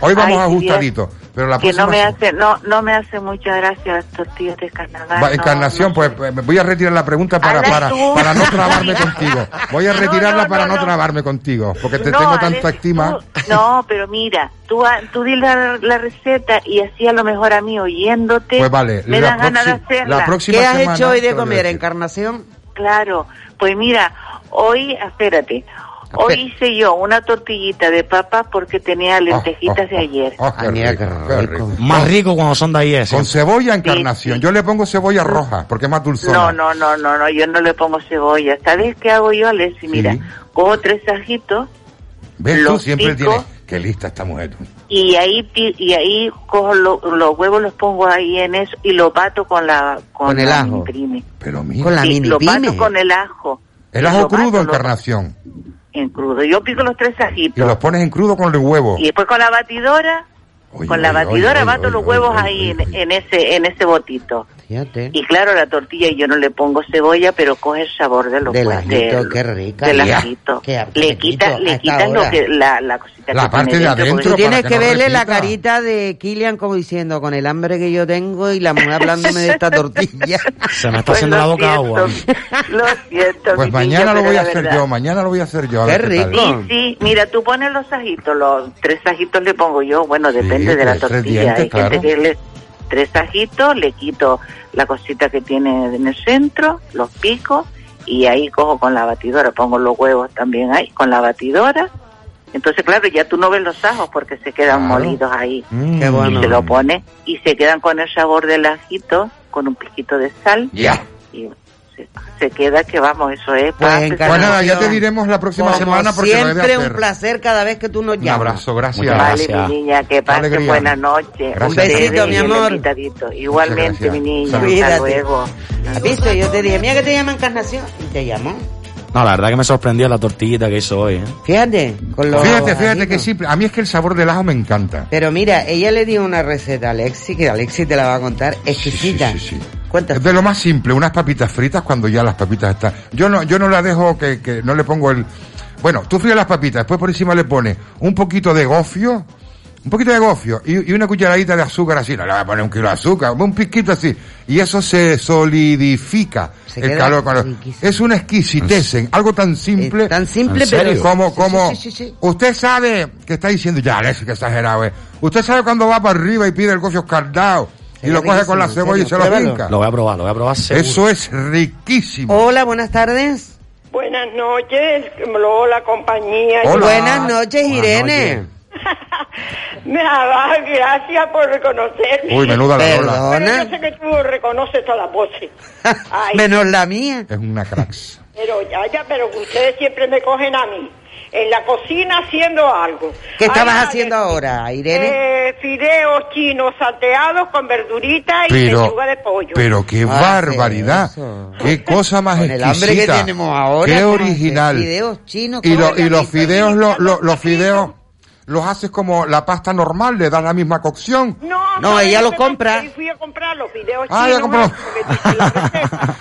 Speaker 7: Hoy vamos
Speaker 12: Ay,
Speaker 7: ajustadito, pero la
Speaker 12: Que
Speaker 7: próxima
Speaker 12: no me
Speaker 7: semana-
Speaker 12: hace, no, no me hace mucha gracia estos tíos de carnaval.
Speaker 7: Va,
Speaker 12: no,
Speaker 7: Encarnación,
Speaker 12: no.
Speaker 7: pues pues, me voy a retirar la pregunta para,
Speaker 12: Hazla
Speaker 7: para,
Speaker 12: tú.
Speaker 7: para no trabarme contigo. Voy a
Speaker 12: No,
Speaker 7: retirarla
Speaker 12: no,
Speaker 7: para no,
Speaker 12: no, no.
Speaker 7: trabarme contigo, porque te
Speaker 12: No,
Speaker 7: tengo
Speaker 12: Alex,
Speaker 7: tanta estima.
Speaker 12: tú- no, pero mira, tú, ha- tú di la, la receta y así a lo mejor a mí oyéndote
Speaker 7: Pues vale,
Speaker 12: me
Speaker 7: la
Speaker 12: dan ganas de
Speaker 7: próxima-
Speaker 12: hacerla.
Speaker 7: la próxima
Speaker 6: ¿Qué has
Speaker 7: semana
Speaker 6: hecho hoy
Speaker 7: te
Speaker 6: de
Speaker 7: lo voy a
Speaker 6: comer,
Speaker 7: decir.
Speaker 6: Encarnación?
Speaker 12: Claro, pues mira, hoy, espérate,
Speaker 6: Espera.
Speaker 12: hoy hice yo una tortillita de papa porque tenía
Speaker 7: Oh,
Speaker 12: lentejitas de
Speaker 7: oh,
Speaker 12: ayer.
Speaker 7: oh, qué
Speaker 6: Ay, mira,
Speaker 7: rico,
Speaker 6: qué
Speaker 7: qué
Speaker 6: rico.
Speaker 7: rico.
Speaker 9: Más rico cuando son de ahí, eh,
Speaker 7: Con
Speaker 9: siempre.
Speaker 7: cebolla, Encarnación.
Speaker 12: sí.
Speaker 7: Yo le pongo cebolla roja, porque es más
Speaker 12: No,
Speaker 7: dulzona.
Speaker 12: no, no, no, no, yo no le pongo cebolla. ¿Sabes qué hago yo, Alessi? Mira,
Speaker 7: Sí.
Speaker 12: cojo tres sajitos
Speaker 7: ¿Ves tú?
Speaker 12: Los
Speaker 7: Siempre
Speaker 12: pico.
Speaker 7: tienes... Qué lista esta mujer.
Speaker 12: y ahí pi- y ahí cojo lo- los huevos, los pongo ahí en eso y lo bato con la con,
Speaker 6: Con el
Speaker 12: la
Speaker 6: ajo.
Speaker 12: mini-prime.
Speaker 7: Pero mira.
Speaker 6: Con la
Speaker 12: Sí,
Speaker 6: mini
Speaker 12: lo
Speaker 6: pime.
Speaker 12: bato con el ajo.
Speaker 7: El
Speaker 12: Y
Speaker 7: ajo
Speaker 12: lo
Speaker 7: crudo,
Speaker 12: bato, lo-
Speaker 7: Encarnación.
Speaker 12: en crudo. Yo pico los tres
Speaker 7: Y los
Speaker 12: sajitos.
Speaker 7: pones en crudo con el huevo.
Speaker 12: Y después con la batidora
Speaker 7: Oye,
Speaker 12: con la
Speaker 7: oye,
Speaker 12: batidora
Speaker 7: oye,
Speaker 12: bato
Speaker 7: oye,
Speaker 12: los
Speaker 7: oye,
Speaker 12: huevos
Speaker 7: oye,
Speaker 12: ahí
Speaker 7: oye,
Speaker 12: en,
Speaker 7: oye.
Speaker 12: en ese en ese botito
Speaker 6: Fíjate.
Speaker 12: Y claro, la tortilla yo no le pongo cebolla, pero coge el sabor de lo
Speaker 6: Del
Speaker 12: pues,
Speaker 6: ajito,
Speaker 12: del-
Speaker 6: qué rica.
Speaker 12: del
Speaker 6: ya.
Speaker 12: ajito.
Speaker 6: Qué
Speaker 12: Le
Speaker 6: apetito
Speaker 12: quitas
Speaker 6: a
Speaker 12: le
Speaker 6: esta
Speaker 12: quitas lo
Speaker 6: hora.
Speaker 12: que la, la cosita
Speaker 6: La
Speaker 12: que tiene
Speaker 6: parte de
Speaker 12: dentro, porque
Speaker 6: Tú tienes
Speaker 12: para
Speaker 6: que,
Speaker 12: no
Speaker 6: verle la
Speaker 12: repita.
Speaker 6: carita de Kilian como diciendo, con el hambre que yo tengo y la mujer hablándome de esta tortilla.
Speaker 9: Se me está
Speaker 6: Pues
Speaker 9: haciendo
Speaker 6: lo
Speaker 9: la boca agua.
Speaker 12: Lo siento.
Speaker 7: Pues
Speaker 12: mi
Speaker 7: mañana
Speaker 12: niña,
Speaker 7: lo
Speaker 12: pero
Speaker 7: voy
Speaker 12: la
Speaker 7: a hacer
Speaker 12: verdad.
Speaker 7: yo, mañana lo voy a hacer yo. a
Speaker 12: Qué
Speaker 7: ver qué tal.
Speaker 12: Sí, sí, mira, tú pones los sajitos, los tres sajitos le pongo yo, bueno, depende de la
Speaker 7: tres- tres
Speaker 12: tortilla.
Speaker 7: dientes,
Speaker 12: Hay gente
Speaker 7: claro.
Speaker 12: que le tres sajitos, le quito la cosita que tiene en el centro, los picos, y ahí cojo con la batidora, pongo los huevos también ahí, con la batidora. Entonces, claro, ya tú no ves los ajos porque se quedan
Speaker 6: Claro.
Speaker 12: molidos ahí.
Speaker 7: Mm.
Speaker 6: Qué
Speaker 12: Y se lo pone y se quedan con el sabor del ajito, con un piquito de sal.
Speaker 7: Ya.
Speaker 12: Y se, se queda que vamos, eso es. para
Speaker 7: Pues nada, ya te diremos la próxima
Speaker 6: Como
Speaker 7: semana porque lo debe
Speaker 6: siempre un
Speaker 7: hacer.
Speaker 6: placer cada vez que tú nos
Speaker 7: Un
Speaker 6: llamas.
Speaker 7: abrazo, gracias.
Speaker 12: Vale, mi niña, que pase
Speaker 7: Alegría.
Speaker 12: buena noche.
Speaker 7: Gracias.
Speaker 12: Un besito, mi amor.
Speaker 7: Muchas
Speaker 12: Igualmente,
Speaker 7: gracias.
Speaker 12: mi niña.
Speaker 7: Saludos.
Speaker 12: Hasta
Speaker 6: Cuídate.
Speaker 12: luego.
Speaker 6: ¿Has visto? Yo te dije, mira que te llama Encarnación. Y te llamó.
Speaker 9: No, la verdad que me sorprendió la tortillita que hizo hoy. ¿eh?
Speaker 6: Fíjate. Con los
Speaker 7: Fíjate, fíjate
Speaker 6: ajitos.
Speaker 7: que sí. A mí es que el sabor del ajo me encanta.
Speaker 6: Pero mira, ella le dio una receta a Alexi, que Alexi te la va a contar exquisita.
Speaker 7: Es de lo más simple, unas papitas fritas cuando ya las papitas están. Yo no, yo no la dejo que, que no le pongo el. Bueno, tú frías las papitas, después por encima le pones un poquito de gofio, un poquito de gofio y, y una cucharadita de azúcar así. No le voy a poner un kilo de azúcar, un pizquito así. Y eso se solidifica
Speaker 6: Se
Speaker 7: el
Speaker 6: queda
Speaker 7: calor. cuando- Es una exquisitez, en algo tan simple. Tan
Speaker 6: Eh, simple, ¿En pero- serio?
Speaker 7: Como,
Speaker 6: Sí,
Speaker 7: como.
Speaker 6: sí, sí, sí, sí.
Speaker 7: Usted sabe que está diciendo, ya, Alexis, que exagerado, eh. Usted sabe cuando va para arriba y pide el gofio escaldado y
Speaker 6: Es
Speaker 7: lo coge
Speaker 6: riquísimo,
Speaker 7: con la
Speaker 6: en
Speaker 7: cebolla y se
Speaker 6: serio,
Speaker 7: lo
Speaker 6: pruébalo.
Speaker 7: pinca.
Speaker 9: Lo voy a probar, lo voy a probar seguro.
Speaker 7: Eso es riquísimo.
Speaker 6: Hola, buenas tardes.
Speaker 13: Buenas noches, hola compañía.
Speaker 6: Buenas noches, Irene.
Speaker 13: Me da- Gracias por reconocerme.
Speaker 7: Uy, menuda la Lola.
Speaker 13: Bueno, yo sé que tú reconoces todas las voces. Ay,
Speaker 6: Menos la mía.
Speaker 7: Es una cracks.
Speaker 13: pero ya, ya, pero ustedes siempre me cogen a mí. En la cocina haciendo algo.
Speaker 6: ¿Qué estabas
Speaker 13: Ay,
Speaker 6: haciendo ahora, Irene?
Speaker 13: eh, fideos chinos salteados con verdurita y
Speaker 7: Pero,
Speaker 13: pechuga de pollo.
Speaker 7: pero qué barbaridad. Qué cosa más
Speaker 6: Ah, Con el hambre que
Speaker 7: exquisita.
Speaker 6: tenemos ahora,
Speaker 7: Qué
Speaker 6: ¿no?
Speaker 7: original.
Speaker 6: Fideos chinos
Speaker 7: y,
Speaker 6: con
Speaker 7: lo- y los
Speaker 6: organito,
Speaker 7: fideos, lo- lo- los fideos, los haces como la pasta normal, le das la misma cocción.
Speaker 13: No,
Speaker 7: No,
Speaker 13: ¿sabes
Speaker 7: ella
Speaker 13: qué
Speaker 7: lo
Speaker 13: pasa?
Speaker 7: compra.
Speaker 13: Ahí Fui a comprar los fideos
Speaker 7: Ah, ya
Speaker 13: chinos.
Speaker 7: compró.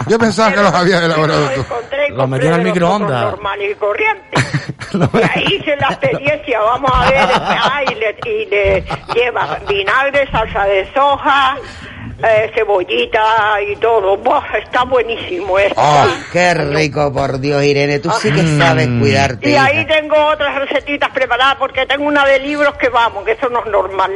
Speaker 7: Yo pensaba que los había elaborado tú.
Speaker 9: Lo metieron al microondas.
Speaker 13: normales y corrientes. y ahí hice la experiencia, vamos a ver, ah, y, le, y le lleva vinagre, salsa de soja, eh, cebollita y todo. Buah, está buenísimo esto.
Speaker 7: Ah,
Speaker 6: Qué rico, por Dios, Irene. Tú sí
Speaker 9: Mm.
Speaker 6: que sabes cuidarte.
Speaker 13: Y ahí
Speaker 6: hija.
Speaker 13: tengo otras recetitas preparadas porque tengo una de libros que vamos, que eso no es normal.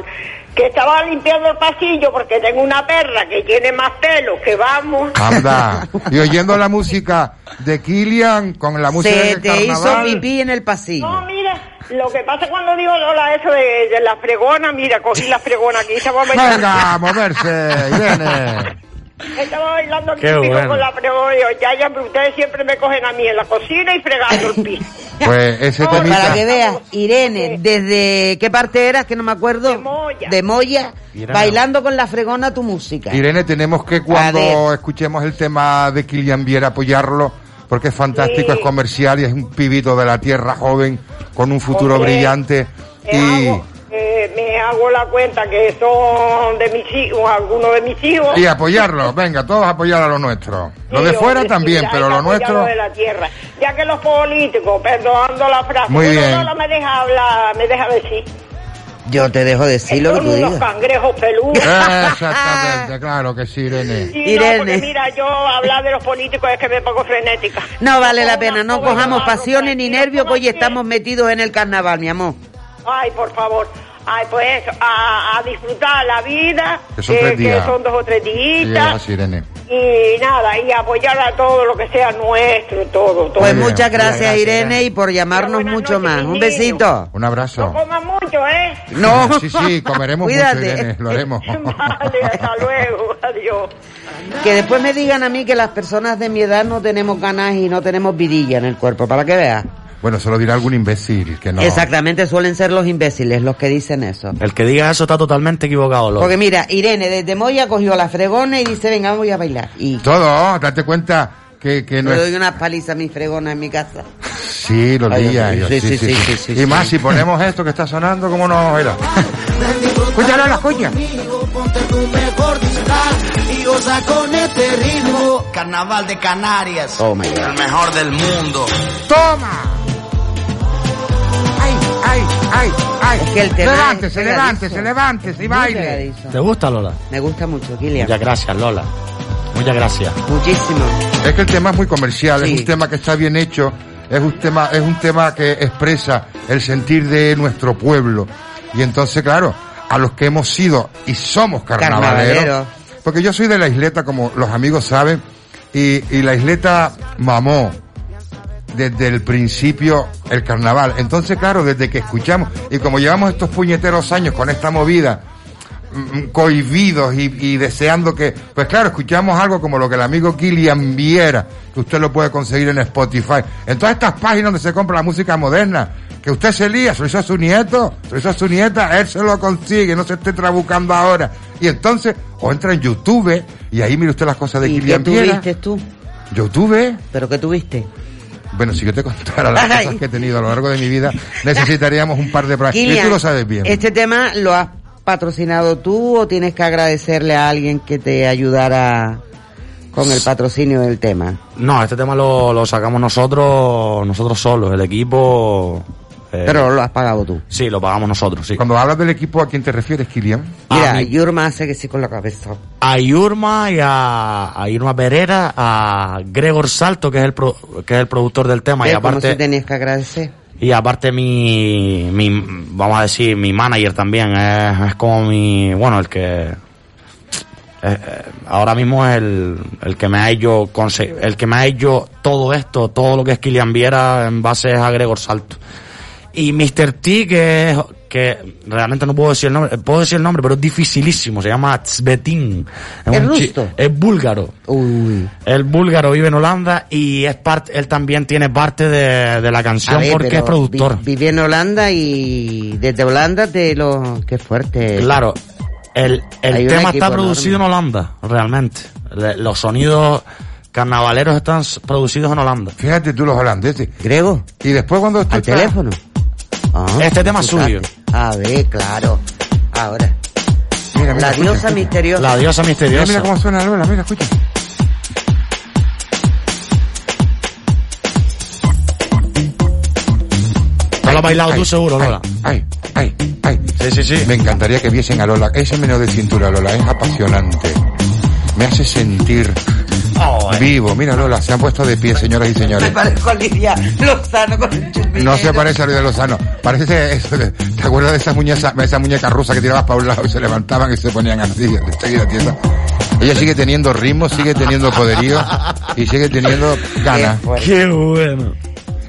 Speaker 13: Que estaba limpiando el pasillo porque tengo una perra que tiene más pelo, que vamos.
Speaker 7: Anda. Y oyendo la música de Kilian con la música
Speaker 6: Se
Speaker 7: del
Speaker 6: te hizo
Speaker 7: carnaval.
Speaker 6: pipí en el pasillo.
Speaker 13: No, mira, lo que pasa cuando digo Lola eso de, de la fregona, mira, cogí la fregona aquí, estaba bailando,
Speaker 7: Venga, a moverse, Irene.
Speaker 13: estaba bailando el
Speaker 7: Qué
Speaker 13: típico
Speaker 7: bueno.
Speaker 13: con la fregona, y yo, ya, ya, pero ustedes siempre me cogen a mí en la cocina y fregando el piso.
Speaker 7: Pues ese
Speaker 6: Pues
Speaker 7: temita.
Speaker 6: para que veas, Irene, ¿desde qué parte eras? Que no me acuerdo. De Moya.
Speaker 7: Irene.
Speaker 6: bailando con la fregona tu música.
Speaker 7: Irene, tenemos que cuando escuchemos el tema de Kilian Viera apoyarlo, porque es fantástico, es comercial y es un pibito de la tierra joven, con un futuro
Speaker 13: Hombre,
Speaker 7: brillante.
Speaker 13: te
Speaker 7: Y,
Speaker 13: Eh, me hago la cuenta que son de mis hijos, algunos de mis hijos.
Speaker 7: y apoyarlo, venga, todos apoyar a lo nuestro. Lo
Speaker 13: Sí,
Speaker 7: de fuera
Speaker 13: hombre,
Speaker 7: también,
Speaker 13: sí,
Speaker 7: pero
Speaker 13: hay
Speaker 7: lo
Speaker 13: que apoyar
Speaker 7: nuestro...
Speaker 13: de la tierra. Ya que los políticos, perdonando la frase,
Speaker 6: Muy
Speaker 13: uno
Speaker 6: bien.
Speaker 13: solo me deja hablar, me deja decir.
Speaker 6: Yo te dejo decir lo que
Speaker 13: Son
Speaker 6: tú
Speaker 13: unos
Speaker 6: digas.
Speaker 13: cangrejos peludos.
Speaker 7: Exactamente, claro que sí, Irene.
Speaker 13: Sí, no, porque mira, yo hablar de los políticos es que me pongo frenética.
Speaker 6: No vale la pena, no cojamos pasiones ni nervios, que hoy estamos metidos en el carnaval, mi amor.
Speaker 13: Ay, por favor. Ay, pues eso, a, a disfrutar la vida, eh,
Speaker 7: Que son tres días.
Speaker 13: son dos o tres
Speaker 7: Sí,
Speaker 13: días,
Speaker 7: así, Irene.
Speaker 13: y nada, y apoyar a todo lo que sea nuestro, todo, todo.
Speaker 6: Pues muchas gracias, Irene, y por llamarnos mucho más. Un besito.
Speaker 7: Un abrazo.
Speaker 13: Coma mucho, ¿eh?
Speaker 6: No.
Speaker 7: Sí, sí, comeremos mucho,
Speaker 6: Cuídate.
Speaker 7: Irene, lo haremos.
Speaker 13: Vale, hasta luego, adiós.
Speaker 6: Que después me digan a mí que las personas de mi edad no tenemos ganas y no tenemos vidilla en el cuerpo, para que veas.
Speaker 7: Bueno, se lo dirá algún imbécil que no...
Speaker 6: Exactamente, suelen ser los imbéciles los que dicen eso.
Speaker 9: El que diga eso está totalmente equivocado, Lola.
Speaker 6: Porque mira, Irene desde Moya cogió la fregona y dice, venga, voy a bailar. Y
Speaker 7: Todo, date cuenta que, que
Speaker 6: le
Speaker 7: no es...
Speaker 6: doy una paliza a mi fregona en mi casa.
Speaker 7: Sí, lo
Speaker 6: Ay,
Speaker 7: leía.
Speaker 6: Dios mío,
Speaker 7: yo,
Speaker 6: sí, sí, sí, sí,
Speaker 7: Y
Speaker 6: sí.
Speaker 7: más, si ponemos esto que está sonando, ¿cómo no era? Escúchalo, la coña.
Speaker 8: Conmigo, ponte tu mejor disfraz y yo cosa con este ritmo. Carnaval de Canarias.
Speaker 6: Oh, my God.
Speaker 8: El mejor del mundo.
Speaker 7: ¡Toma!
Speaker 6: ¡Ay, ay, ay, ay! Es que el tema
Speaker 7: Levántese,
Speaker 6: es
Speaker 7: levántese,
Speaker 6: pegadizo.
Speaker 7: levántese y
Speaker 6: Es muy
Speaker 7: baile.
Speaker 6: pegadizo.
Speaker 9: ¿Te gusta, Lola?
Speaker 6: Me gusta mucho, Kilian.
Speaker 9: Muchas gracias, Lola. Muchas gracias.
Speaker 6: Muchísimo.
Speaker 7: Es que el tema es muy comercial, es un tema que está bien hecho, es un tema, es un tema que expresa el sentir de nuestro pueblo. Y entonces, claro, a los que hemos sido y somos carnavaleros,
Speaker 6: Carnavaleros.
Speaker 7: porque yo soy de la isleta, como los amigos saben, y, y la isleta mamó desde el principio el carnaval. Entonces, claro, desde que escuchamos, y como llevamos estos puñeteros años con esta movida, mm, cohibidos y, y deseando que, pues claro, escuchamos algo como lo que el amigo Kilian Viera, que usted lo puede conseguir en Spotify, en todas estas páginas donde se compra la música moderna, que usted se lía, se lo hizo a su nieto, se lo hizo a su nieta, él se lo consigue, no se esté trabucando ahora. Y entonces, o entra en YouTube, y ahí mire usted las cosas de
Speaker 6: ¿Y qué
Speaker 7: Kilian Viera.
Speaker 6: tuviste tú?
Speaker 7: Yo tuve,
Speaker 6: ¿Pero qué tuviste?
Speaker 7: bueno, si yo te contara las
Speaker 6: Ay.
Speaker 7: cosas que he tenido a lo largo de mi vida, necesitaríamos un par de programas. Y
Speaker 6: Kilian,
Speaker 7: tú lo sabes bien.
Speaker 6: ¿Este tema lo has patrocinado tú o tienes que agradecerle a alguien que te ayudara con el patrocinio del tema?
Speaker 9: No, este tema lo, lo sacamos nosotros, nosotros solos, el equipo. eh,
Speaker 6: Pero lo has pagado tú.
Speaker 9: Sí, lo pagamos nosotros, sí.
Speaker 7: Cuando hablas del equipo, ¿a quién te refieres, Kilian?
Speaker 6: Mira, Yurma hace que sí con la cabeza.
Speaker 9: A Irma y a, a Irma Perera, a Gregor Salto, que es el, pro- que es el productor del tema, y
Speaker 6: ¿Ves cómo se
Speaker 9: aparte,
Speaker 6: tenías que agradecer?
Speaker 9: y aparte mi, mi, vamos a decir, mi manager también, es, es como mi, bueno, el que, eh, eh, ahora mismo es el, el que me ha hecho, conse- el que me ha hecho todo esto, todo lo que es Kilian Viera en base es a Gregor Salto. Y Mr. T, que es, que realmente no puedo decir el nombre, eh, puedo decir el nombre, pero es dificilísimo, se llama Tsvetin.
Speaker 6: ¿Es
Speaker 9: un chi-
Speaker 6: ruso?
Speaker 9: Es búlgaro.
Speaker 6: Uy.
Speaker 9: El búlgaro vive en Holanda y es parte, él también tiene parte de, de la
Speaker 6: A
Speaker 9: canción
Speaker 6: ver,
Speaker 9: porque
Speaker 6: pero
Speaker 9: es productor.
Speaker 6: vi- viví en Holanda y desde Holanda te lo... Qué fuerte.
Speaker 9: Claro, el, el
Speaker 6: Hay un
Speaker 9: tema
Speaker 6: equipo
Speaker 9: está producido en Holanda, realmente. Le- los sonidos carnavaleros están s- producidos en Holanda.
Speaker 7: Fíjate tú los holandeses.
Speaker 6: Grego,
Speaker 7: Y después cuando
Speaker 6: al
Speaker 7: escuchas-
Speaker 6: teléfono. Ah,
Speaker 9: Este tema es
Speaker 6: escuchaste.
Speaker 9: suyo.
Speaker 6: A ver, claro. Ahora.
Speaker 7: Mira, mira,
Speaker 6: La
Speaker 7: escucha,
Speaker 6: diosa
Speaker 7: escucha.
Speaker 6: misteriosa.
Speaker 9: La diosa
Speaker 7: Mira,
Speaker 9: misteriosa.
Speaker 7: mira cómo suena Lola, mira, escucha.
Speaker 9: No lo has bailado
Speaker 7: Ay,
Speaker 9: tú seguro,
Speaker 7: ay,
Speaker 9: Lola.
Speaker 7: Ay, ay, ay.
Speaker 9: Sí, sí, sí.
Speaker 7: Me encantaría que viesen a Lola. Ese menú de cintura, Lola, es apasionante. Me hace sentir
Speaker 9: Oh, eh.
Speaker 7: vivo. Mira, Lola, se han puesto de pie, señoras y
Speaker 6: Me
Speaker 7: señores.
Speaker 6: parezco a Lidia Lozano con el chupinero.
Speaker 7: No se parece a Luis de Lozano. Parece ese- eso de- ¿Te acuerdas de esa muñeca, esa muñeca rusa que tirabas para un lado y se levantaban y se ponían así, seguida tiesa? Ella sigue teniendo ritmo, sigue teniendo poderío y sigue teniendo ganas.
Speaker 6: Qué fuerte.
Speaker 9: Qué bueno.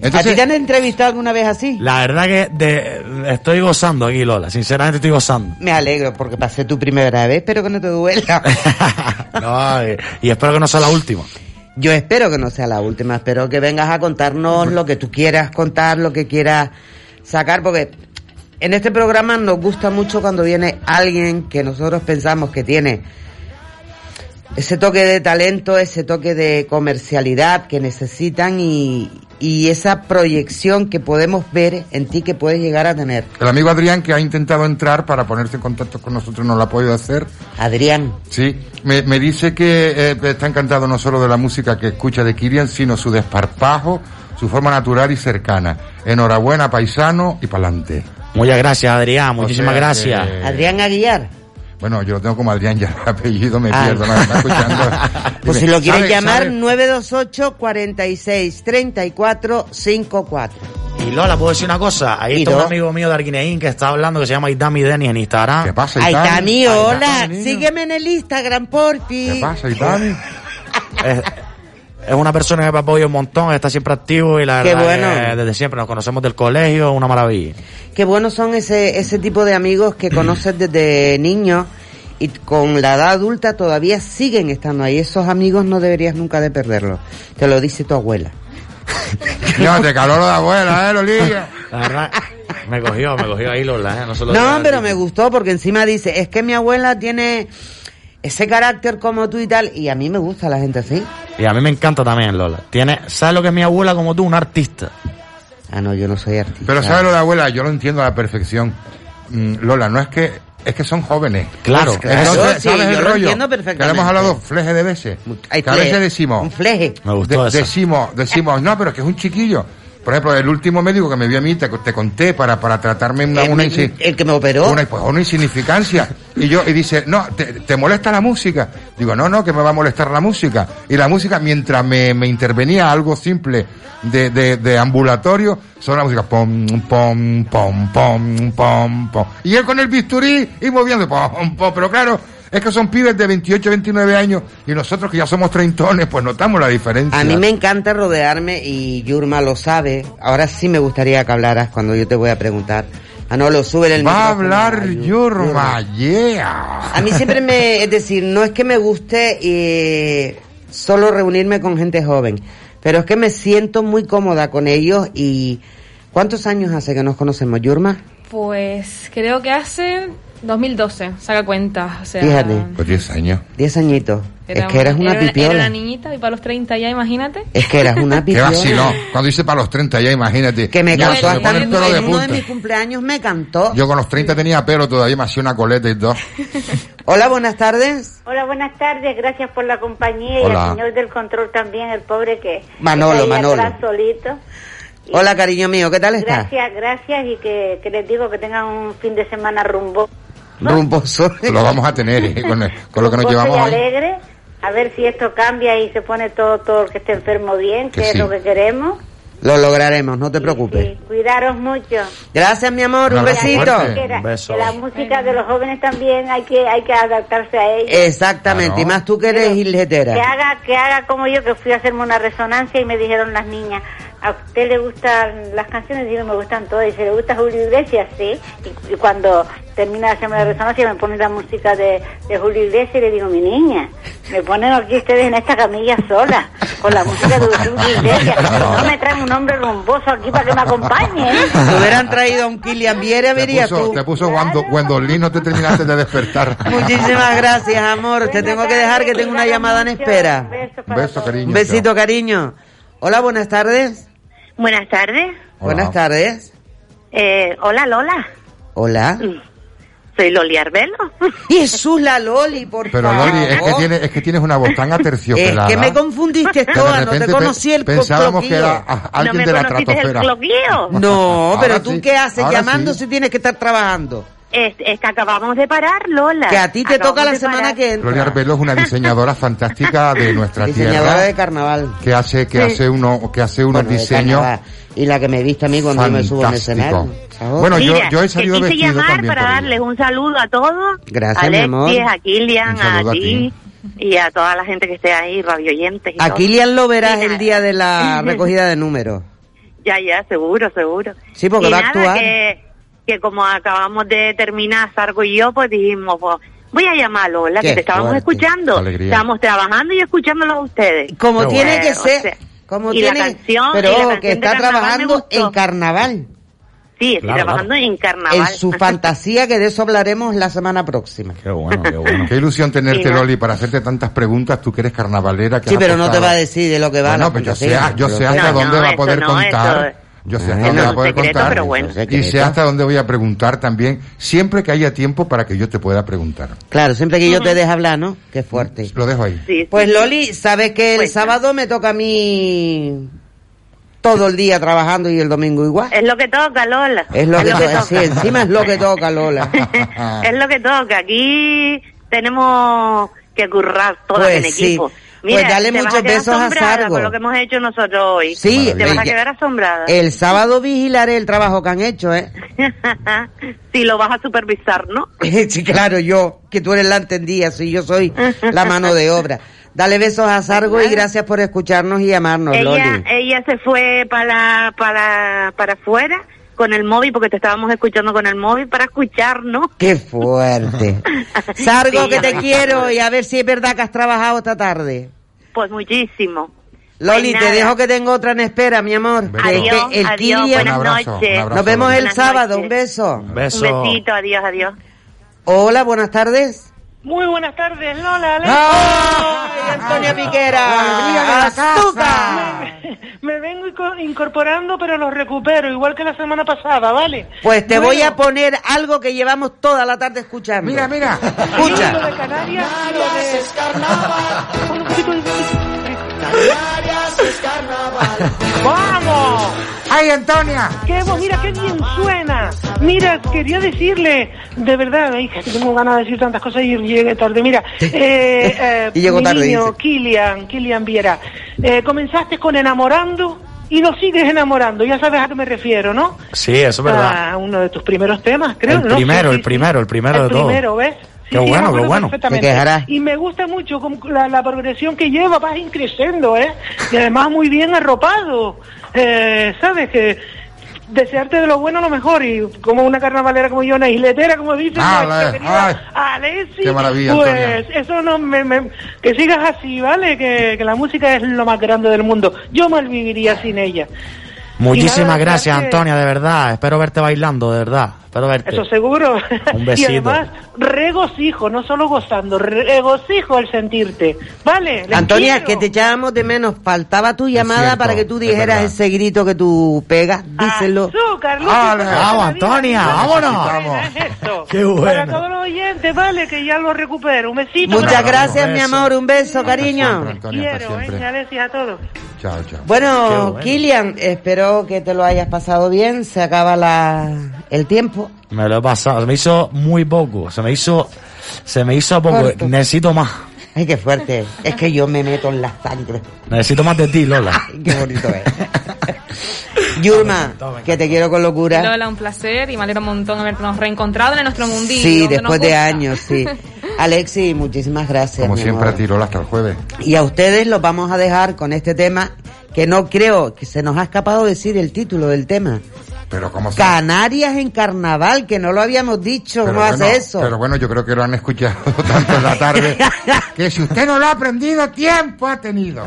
Speaker 6: ¿A ti te
Speaker 7: Entonces,
Speaker 6: han entrevistado alguna vez así?
Speaker 9: La verdad que de- estoy gozando aquí, Lola. Sinceramente estoy gozando.
Speaker 6: Me alegro porque pasé tu primera vez, espero que no te duela.
Speaker 9: No, eh, y espero que no sea la última.
Speaker 6: Yo espero que no sea la última, espero que vengas a contarnos lo que tú quieras contar, lo que quieras sacar, porque en este programa nos gusta mucho cuando viene alguien que nosotros pensamos que tiene ese toque de talento, ese toque de comercialidad que necesitan y, y esa proyección que podemos ver en ti que puedes llegar a tener.
Speaker 7: el amigo Adrián que ha intentado entrar para ponerse en contacto con nosotros no lo ha podido hacer.
Speaker 6: Adrián,
Speaker 7: Sí, me, me dice que eh, está encantado no solo de la música que escucha de Kirian, sino su desparpajo, su forma natural y cercana. Enhorabuena, paisano y pa'lante.
Speaker 9: Muchas gracias, Adrián.
Speaker 7: O
Speaker 9: Muchísimas
Speaker 7: sea
Speaker 9: gracias.
Speaker 7: que-
Speaker 6: Adrián Aguiar.
Speaker 7: Bueno, yo lo tengo como Adrián ya el apellido, me
Speaker 6: Ah.
Speaker 7: pierdo, me está escuchando.
Speaker 6: Pues si
Speaker 7: Dime,
Speaker 6: lo quieres
Speaker 7: ¿sabe-
Speaker 6: llamar,
Speaker 7: sabe-
Speaker 6: 928 46 34 54.
Speaker 9: Y Lola, ¿puedo decir una cosa? Ahí
Speaker 6: ¿Y
Speaker 9: está un
Speaker 6: dos?
Speaker 9: amigo mío de Arguineín que está hablando que se llama Itami Denny en Instagram.
Speaker 7: ¿Qué pasa,
Speaker 6: Ahí está,
Speaker 7: Itami?
Speaker 6: mi hola.
Speaker 7: Itami, niño.
Speaker 6: Sígueme en el Instagram, porfi.
Speaker 7: ¿Qué pasa, Itami?
Speaker 9: Es, es una persona que me apoya un montón, está siempre activo y la
Speaker 6: Qué
Speaker 9: verdad
Speaker 6: bueno.
Speaker 9: que desde siempre nos conocemos del colegio, una maravilla.
Speaker 6: Qué buenos son ese, ese tipo de amigos que conoces desde niño y con la edad adulta todavía siguen estando ahí. Esos amigos no deberías nunca de perderlos. Te lo dice tu abuela.
Speaker 7: No, te caló lo de abuela, ¿eh, Lolilla?
Speaker 9: La verdad, me cogió, me cogió ahí Lola, ¿eh? No, se lo digo
Speaker 6: No,
Speaker 9: a
Speaker 6: pero
Speaker 9: nadie.
Speaker 6: me gustó porque encima dice, es que mi abuela tiene ese carácter como tú y tal. Y a mí me gusta la gente así.
Speaker 9: Y a mí me encanta también Lola. Tiene, ¿Sabes lo que es mi abuela como tú? Una artista.
Speaker 6: Ah, no, yo no soy artista.
Speaker 7: Pero ¿sabes lo de abuela? Yo lo entiendo a la perfección. Mm, Lola, no es que es que son jóvenes.
Speaker 9: Claro.
Speaker 7: Entonces,
Speaker 6: Eso Pues sí,
Speaker 7: ¿sabes
Speaker 6: yo
Speaker 7: el
Speaker 6: lo
Speaker 7: rollo?
Speaker 6: entiendo perfectamente. Este,
Speaker 7: Que le hemos hablado fleje de veces.
Speaker 6: Hay
Speaker 7: que a veces
Speaker 6: fleje.
Speaker 7: decimos.
Speaker 6: Un fleje.
Speaker 9: Me gustó
Speaker 7: de-
Speaker 9: esa.
Speaker 7: decimos, decimos, no, pero es que es un chiquillo. Por ejemplo, el último médico que me vio a mí, te, te conté, para, para tratarme una,
Speaker 6: El-
Speaker 7: una
Speaker 6: el- el que me operó.
Speaker 7: Una, pues, una insignificancia. Y yo, y dice, no, te, te molesta la música? Digo, no, no, que me va a molestar la música. Y la música, mientras me, me intervenía algo simple de, de, de ambulatorio, son la música, pom, pom, pom, pom, pom, pom. Y él con el bisturí y moviendo, pom, pom, pero claro, es que son pibes de 28, 29 años y nosotros que ya somos treintones, pues notamos la diferencia.
Speaker 6: A mí me encanta rodearme y Yurma lo sabe. Ahora sí me gustaría que hablaras cuando yo te voy a preguntar. Ah, no, lo sube el
Speaker 7: Va a
Speaker 6: micrófono.
Speaker 7: hablar Yurma, yeah.
Speaker 6: A mí siempre me, es decir, no es que me guste eh, solo reunirme con gente joven, pero es que me siento muy cómoda con ellos y ¿cuántos años hace que nos conocemos, Yurma?
Speaker 14: Pues creo que hace 2012, saca cuentas. O sea,
Speaker 6: Fíjate.
Speaker 7: Pues 10 años.
Speaker 6: 10 añitos.
Speaker 14: era
Speaker 6: es que eras una
Speaker 14: era
Speaker 6: pipiola.
Speaker 14: Era una niñita y para los 30 ya, imagínate.
Speaker 6: Es que eras una
Speaker 7: Qué
Speaker 6: pipiola.
Speaker 7: vacilón. Cuando hice para los 30 ya, imagínate.
Speaker 6: Que me
Speaker 7: Ya,
Speaker 6: cantó
Speaker 7: se me
Speaker 6: hasta
Speaker 7: pone el
Speaker 6: en
Speaker 7: pelo de
Speaker 6: en uno de
Speaker 7: punta.
Speaker 6: mis cumpleaños me cantó.
Speaker 7: Yo con los 30 tenía pelo todavía, me hacía una coleta y todo.
Speaker 6: Hola, buenas tardes.
Speaker 15: Hola, buenas tardes. Gracias por la compañía y
Speaker 7: Hola.
Speaker 15: al señor del control también, el pobre que
Speaker 6: Manolo,
Speaker 15: que está ahí
Speaker 6: Manolo.
Speaker 15: atrás solito.
Speaker 6: Hola, cariño mío, ¿qué tal estás?
Speaker 15: Gracias, gracias y que, que les digo que tengan un fin de semana rumbo
Speaker 7: Rumboso. Lo vamos a tener eh, con, el- con lo que nos
Speaker 15: gozo y
Speaker 7: llevamos hoy.
Speaker 15: alegre. A ver si esto cambia y se pone todo todo el que esté enfermo bien, que,
Speaker 6: Que
Speaker 15: es
Speaker 6: sí.
Speaker 15: lo que queremos.
Speaker 6: Lo lograremos, no te preocupes.
Speaker 15: Cuidaros mucho.
Speaker 6: Gracias, mi amor,
Speaker 15: Y
Speaker 6: un besito.
Speaker 15: además Que la, que la música de los jóvenes también hay que hay que adaptarse a ella.
Speaker 6: Exactamente, y más tú que eres
Speaker 15: Que
Speaker 6: hiljetera.
Speaker 15: haga, que haga como yo, que fui a hacerme una resonancia y me dijeron las niñas, ¿a usted le gustan las canciones? Digo, me gustan todas. Dice, ¿le gusta Julio Iglesias? Sí. Y, y cuando termina de hacerme la resonancia me ponen la música de, de Julio Iglesias y le digo, mi niña, me ponen aquí ustedes en esta camilla sola, con la música de Julio Iglesias. No me traen un hombre rumboso aquí para que me acompañe. ¿eh?".
Speaker 6: Te hubieran traído a un Kilian Viera,
Speaker 7: Te
Speaker 6: verías
Speaker 7: puso,
Speaker 6: tú.
Speaker 7: te puso Guando- Gwendolyn, no te terminaste de despertar.
Speaker 6: Muchísimas gracias, amor. Te tengo que dejar que tengo una llamada en espera.
Speaker 7: Beso, cariño.
Speaker 6: Un besito, cariño. Hola, buenas tardes.
Speaker 16: Buenas tardes.
Speaker 6: Buenas tardes.
Speaker 16: Eh, hola Lola,
Speaker 6: Hola.
Speaker 16: soy Loli Arbelo.
Speaker 6: ¿Ah? Jesús, la Loli, por
Speaker 7: Pero
Speaker 6: favor.
Speaker 7: Loli, es que, tienes, es que tienes una voz tan
Speaker 6: Es
Speaker 7: aterciopelada.
Speaker 6: que me confundiste
Speaker 7: que de
Speaker 6: toda, no te
Speaker 7: repente pe-
Speaker 6: conocí el
Speaker 7: Pensábamos
Speaker 6: cloquillo.
Speaker 7: que era a- alguien de la estratosfera.
Speaker 6: No, pero
Speaker 7: Ahora
Speaker 6: tú
Speaker 7: sí,
Speaker 6: qué haces
Speaker 7: ahora
Speaker 6: llamando
Speaker 7: sí.
Speaker 6: si tienes que estar trabajando.
Speaker 16: Es, es que acabamos de parar, Lola.
Speaker 6: Que a ti te
Speaker 16: Acabamos
Speaker 6: toca la
Speaker 16: de
Speaker 6: semana
Speaker 16: parar.
Speaker 6: que entra.
Speaker 7: Gloria Arbelo es una diseñadora fantástica de nuestra
Speaker 6: Diseñadora de
Speaker 7: tierra
Speaker 6: carnaval.
Speaker 7: que hace que
Speaker 6: Sí.
Speaker 7: hace uno que hace unos
Speaker 6: Bueno, de
Speaker 7: diseños
Speaker 6: carnaval. Y la que me viste a mí cuando yo me subo al escenario.
Speaker 7: Fantástico. Bueno, yo,
Speaker 16: Mira,
Speaker 7: yo he
Speaker 16: te
Speaker 7: salido
Speaker 16: quise
Speaker 7: vestido
Speaker 16: llamar
Speaker 7: también.
Speaker 16: para
Speaker 7: por ahí.
Speaker 16: darles un saludo a todos.
Speaker 6: Gracias,
Speaker 16: a
Speaker 6: mi amor.
Speaker 16: Alexis, a Kilian,
Speaker 6: Un
Speaker 16: a
Speaker 6: saludo a
Speaker 16: ti y a toda la gente que esté ahí, radioyentes. y
Speaker 6: A
Speaker 16: todo.
Speaker 6: Kilian lo verás
Speaker 16: Y
Speaker 6: el
Speaker 16: nada.
Speaker 6: día de la recogida de números.
Speaker 16: Ya, ya, seguro, seguro.
Speaker 6: Sí, porque
Speaker 16: y
Speaker 6: va a
Speaker 16: nada,
Speaker 6: actuar.
Speaker 16: Que, que como acabamos de terminar Sargo y yo, pues dijimos, pues, voy a llamar a Lola,
Speaker 6: Qué
Speaker 16: que te estábamos
Speaker 6: fuerte.
Speaker 16: escuchando.
Speaker 6: Alegría.
Speaker 16: Estábamos trabajando y escuchándolo a ustedes.
Speaker 6: Como
Speaker 16: Qué
Speaker 6: tiene
Speaker 16: bueno.
Speaker 6: que
Speaker 16: O
Speaker 6: ser.
Speaker 16: sea,
Speaker 6: como
Speaker 16: y
Speaker 6: tiene,
Speaker 16: la canción,
Speaker 6: pero
Speaker 16: y la
Speaker 6: ojo,
Speaker 16: canción
Speaker 6: que está
Speaker 16: de carnaval me
Speaker 6: trabajando
Speaker 16: gustó.
Speaker 6: en carnaval.
Speaker 16: Sí, estoy
Speaker 6: Claro,
Speaker 16: trabajando en carnaval.
Speaker 6: En su fantasía, que de eso hablaremos la semana próxima.
Speaker 9: Qué bueno, qué bueno.
Speaker 7: Qué ilusión tenerte,
Speaker 6: Sí, ¿no?
Speaker 7: Loli, para hacerte tantas preguntas. Tú que eres carnavalera. Que
Speaker 6: Sí,
Speaker 7: has
Speaker 6: pero no te
Speaker 7: apostado.
Speaker 6: va a decir de lo que va
Speaker 7: Bueno,
Speaker 6: la
Speaker 7: pues yo sé,
Speaker 6: fantasía,
Speaker 7: yo
Speaker 6: pero
Speaker 7: sé
Speaker 6: sí.
Speaker 7: hasta
Speaker 6: No, no,
Speaker 7: dónde va a
Speaker 6: eso
Speaker 7: poder
Speaker 6: no,
Speaker 7: contar.
Speaker 6: eso-
Speaker 7: Yo sé
Speaker 6: Ah, eso
Speaker 7: hasta dónde
Speaker 6: es
Speaker 7: va a
Speaker 6: un
Speaker 7: poder
Speaker 6: secreto,
Speaker 7: contar.
Speaker 6: pero bueno.
Speaker 7: Y sé
Speaker 6: Secreto.
Speaker 7: hasta dónde voy a preguntar también. Siempre que haya tiempo para que yo te pueda preguntar.
Speaker 6: Claro, siempre que yo te
Speaker 7: Ujú.
Speaker 6: deje hablar, ¿no? Qué fuerte.
Speaker 7: Lo dejo ahí.
Speaker 6: Pues Loli, sabes que el sábado me toca a mí todo el día trabajando y el domingo igual.
Speaker 16: Es lo que toca, Lola.
Speaker 6: Es lo que, toca.
Speaker 16: toca.
Speaker 6: Sí, encima es lo que toca, Lola.
Speaker 16: Es lo que toca. Aquí tenemos que currar todas
Speaker 6: Pues
Speaker 16: en
Speaker 6: sí.
Speaker 16: equipo.
Speaker 6: Pues
Speaker 16: te
Speaker 6: dale
Speaker 16: vas
Speaker 6: muchos
Speaker 16: quedar
Speaker 6: besos a
Speaker 16: asombrada
Speaker 6: Sargo.
Speaker 16: Con lo que hemos hecho nosotros hoy.
Speaker 6: Sí,
Speaker 16: te vas
Speaker 6: ya-
Speaker 16: a quedar asombrada.
Speaker 6: El sábado vigilaré el trabajo que han hecho, ¿eh?
Speaker 16: si lo vas a supervisar, ¿no?
Speaker 6: sí, claro, yo, que tú eres la entendida, sí, yo soy la mano de obra. Dale besos a Sargo y gracias por escucharnos y llamarnos,
Speaker 16: ella,
Speaker 6: Loli.
Speaker 16: ella se fue para, para, para afuera con el móvil porque te estábamos escuchando con el móvil para escucharnos.
Speaker 6: Qué fuerte. Sargo,
Speaker 16: Sí,
Speaker 6: que te
Speaker 16: ya.
Speaker 6: quiero y a ver si es verdad que has trabajado esta tarde.
Speaker 16: Pues muchísimo.
Speaker 6: Loli,
Speaker 16: Pues
Speaker 6: te
Speaker 16: nada.
Speaker 6: dejo que tengo otra en espera, mi amor.
Speaker 16: Beso.
Speaker 6: Que-
Speaker 16: Adiós,
Speaker 6: que el
Speaker 16: adiós,
Speaker 6: Kilian-
Speaker 16: buenas Un abrazo, noches. un abrazo,
Speaker 6: Nos vemos el
Speaker 16: Buenas
Speaker 6: sábado,
Speaker 16: noches.
Speaker 6: un beso.
Speaker 16: Un besito, adiós, adiós.
Speaker 6: Hola, buenas tardes.
Speaker 17: Muy buenas tardes, Lola.
Speaker 6: ¡Ah! ¡Ay, Antonia Piquera!
Speaker 17: Alegría de la
Speaker 6: ¡Azúcar!
Speaker 17: Ah, Me, me vengo inco- incorporando, pero los recupero, igual que la semana pasada, ¿vale?
Speaker 6: Pues te
Speaker 17: Bueno,
Speaker 6: voy a poner algo que llevamos toda la tarde escuchando. Mira,
Speaker 7: mira.
Speaker 6: Escucha.
Speaker 17: lo de Canarias y lo de...
Speaker 8: Canarias es carnaval.
Speaker 17: ¡Vamos!
Speaker 7: ¡Ay, Antonia!
Speaker 17: ¡Qué, bo- mira, qué bien suena! Mira, quería decirle, de verdad, ay, que tengo ganas de decir tantas cosas y llegué tarde. Mira, eh, eh,
Speaker 6: Y llegó
Speaker 17: mi
Speaker 6: tarde,
Speaker 17: niño,
Speaker 6: dice.
Speaker 17: Kilian, Kilian Viera, eh, comenzaste con enamorando y nos sigues enamorando, ya sabes a qué me refiero, ¿no?
Speaker 9: Sí, eso es verdad.
Speaker 17: Ah, uno de tus primeros temas, creo,
Speaker 9: El
Speaker 17: ¿no?
Speaker 9: primero,
Speaker 17: Sí,
Speaker 9: el primero, el primero de
Speaker 17: el
Speaker 9: todo.
Speaker 17: primero, ¿ves?
Speaker 9: Qué bueno,
Speaker 17: me acuerdo
Speaker 9: qué bueno.
Speaker 17: perfectamente.
Speaker 9: Te quejarás.
Speaker 17: Y me gusta mucho como la, la progresión que lleva, vas creciendo, ¿eh? Y además muy bien arropado. Eh, ¿Sabes? Que desearte de lo bueno lo mejor. Y como una carnavalera como yo, una isletera, como dice
Speaker 7: Ah,
Speaker 17: nuestra
Speaker 7: la-
Speaker 17: querida
Speaker 7: ay.
Speaker 17: Alessi.
Speaker 7: Qué maravilla,
Speaker 17: Pues
Speaker 7: Antonia.
Speaker 17: eso no me, me- Que sigas así, ¿vale? Que, que la música es lo más grande del mundo. Yo malviviría sin ella. Y nada,
Speaker 9: Muchísimas gracias,
Speaker 17: gracias.
Speaker 9: Antonia, de verdad. Espero verte bailando, de verdad. Espero verte.
Speaker 17: Eso seguro.
Speaker 9: Un besito.
Speaker 17: Y además, regocijo, no solo gozando, regocijo el sentirte. ¿Vale? Les
Speaker 6: Antonia,
Speaker 17: quiero.
Speaker 6: que te echábamos de menos. Faltaba tu llamada
Speaker 17: cierto,
Speaker 6: para que tú
Speaker 17: es
Speaker 6: dijeras
Speaker 17: verdad.
Speaker 6: ese grito que tú pegas.
Speaker 17: Ah,
Speaker 6: Díselo.
Speaker 17: Azúcar, Lucy,
Speaker 6: Ale, vamos,
Speaker 17: para la vida,
Speaker 6: Ah, Antonia,
Speaker 17: para la
Speaker 6: vámonos.
Speaker 17: vida,
Speaker 6: Vamos.
Speaker 17: es esto.
Speaker 6: Qué bueno.
Speaker 17: Para todos los oyentes, vale, que ya lo recupero. Un besito.
Speaker 6: Muchas
Speaker 17: para
Speaker 6: gracias,
Speaker 17: todos.
Speaker 6: mi amor. Un beso, cariño.
Speaker 17: Quiero, eh, gracias a todos.
Speaker 7: Chao, chao.
Speaker 6: Bueno, Kilian, espero que te lo hayas pasado bien. Se acaba la, el tiempo.
Speaker 9: Me lo he pasado. Se me hizo muy poco. Se me hizo. Se me hizo poco.
Speaker 6: Corto.
Speaker 9: Necesito más.
Speaker 6: Ay, qué fuerte. Es que yo me meto en la sangre.
Speaker 9: Necesito más de ti, Lola.
Speaker 6: Qué bonito es. Yurma, que te quiero con locura.
Speaker 14: Lola, un placer y me alegra un montón habernos reencontrado en nuestro mundillo.
Speaker 6: Sí,
Speaker 14: donde nos
Speaker 6: después de
Speaker 14: gusta.
Speaker 6: años, sí. Alexi, muchísimas gracias.
Speaker 7: Como
Speaker 6: mi
Speaker 7: siempre,
Speaker 6: amor.
Speaker 7: a Tirola hasta el jueves.
Speaker 6: Y a ustedes los vamos a dejar con este tema que no creo que se nos ha escapado decir el título del tema.
Speaker 7: Pero como se-
Speaker 6: Canarias en carnaval, que no lo habíamos dicho,
Speaker 7: Pero
Speaker 6: no
Speaker 7: bueno,
Speaker 6: hace eso.
Speaker 7: Pero bueno, yo creo que lo han escuchado tanto en la tarde que si usted no lo ha aprendido, tiempo ha tenido.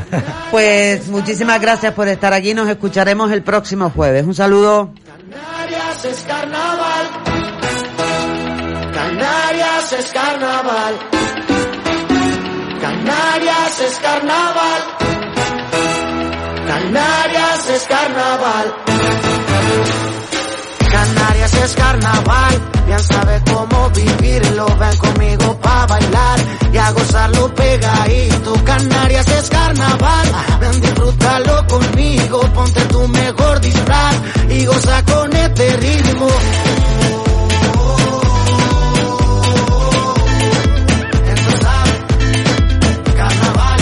Speaker 6: Pues muchísimas gracias por estar aquí, nos escucharemos el próximo jueves. Un saludo.
Speaker 8: Canarias es carnaval. Canarias es carnaval. Canarias es carnaval. Canarias es carnaval. Canarias es carnaval, ya sabe cómo vivirlo, ven conmigo pa' bailar y a gozarlo pegadito. Canarias es carnaval, ven disfrútalo conmigo, ponte tu mejor disfraz y goza con este ritmo. Eso sabe, carnaval.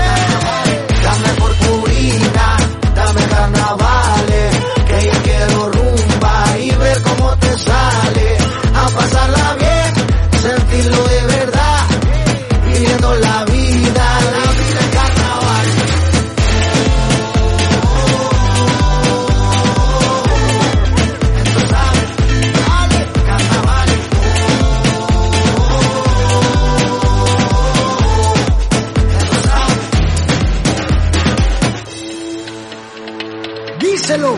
Speaker 8: Dame purpurina, dame carnavales, que yo quiero rumba y ver cómo te sale. A pasarla bien, sentirlo de verdad, viviendo la vida, la vida en carnaval.
Speaker 12: Díselo.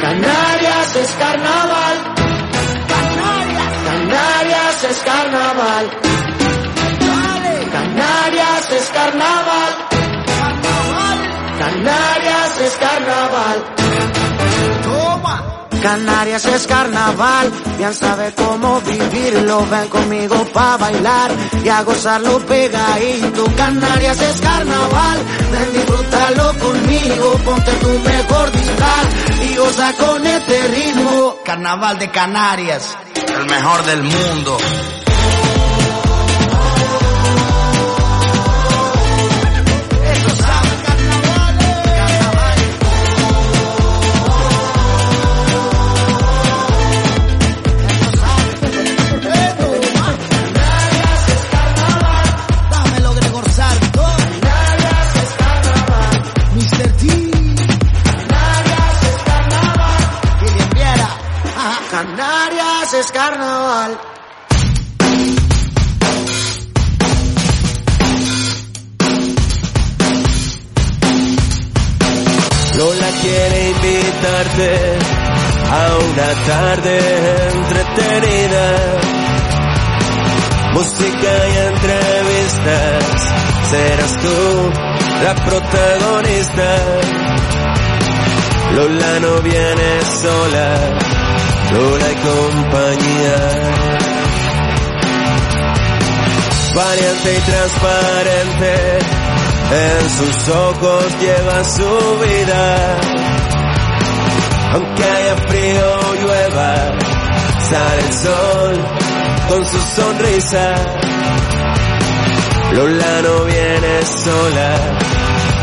Speaker 8: Canarias es carnaval. Canarias. Canarias es carnaval. Canarias es carnaval. Canarias es carnaval. Canarias es carnaval, ya sabe cómo vivirlo, ven conmigo pa' bailar y a gozarlo pegadito. Canarias es carnaval, ven disfrútalo conmigo, ponte tu mejor disfraz y goza con este ritmo. Carnaval de Canarias, el mejor del mundo. Dámelo Gregor Sarto. Canarias es carnaval. Mr. T. Canarias es carnaval. Quien viera. Ajá. Canarias es carnaval.
Speaker 18: Lola quiere invitarte a una tarde entretenida. música y entrevistas. Serás tú la protagonista. Lola no viene sola, Lola y compañía. Variante y transparente, en sus ojos lleva su vida. Aunque haya frío o llueva, sale el sol con su sonrisa. Lola no viene sola,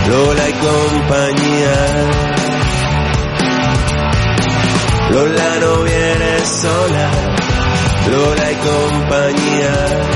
Speaker 18: Lola y compañía. Lola no viene sola, Lola y compañía.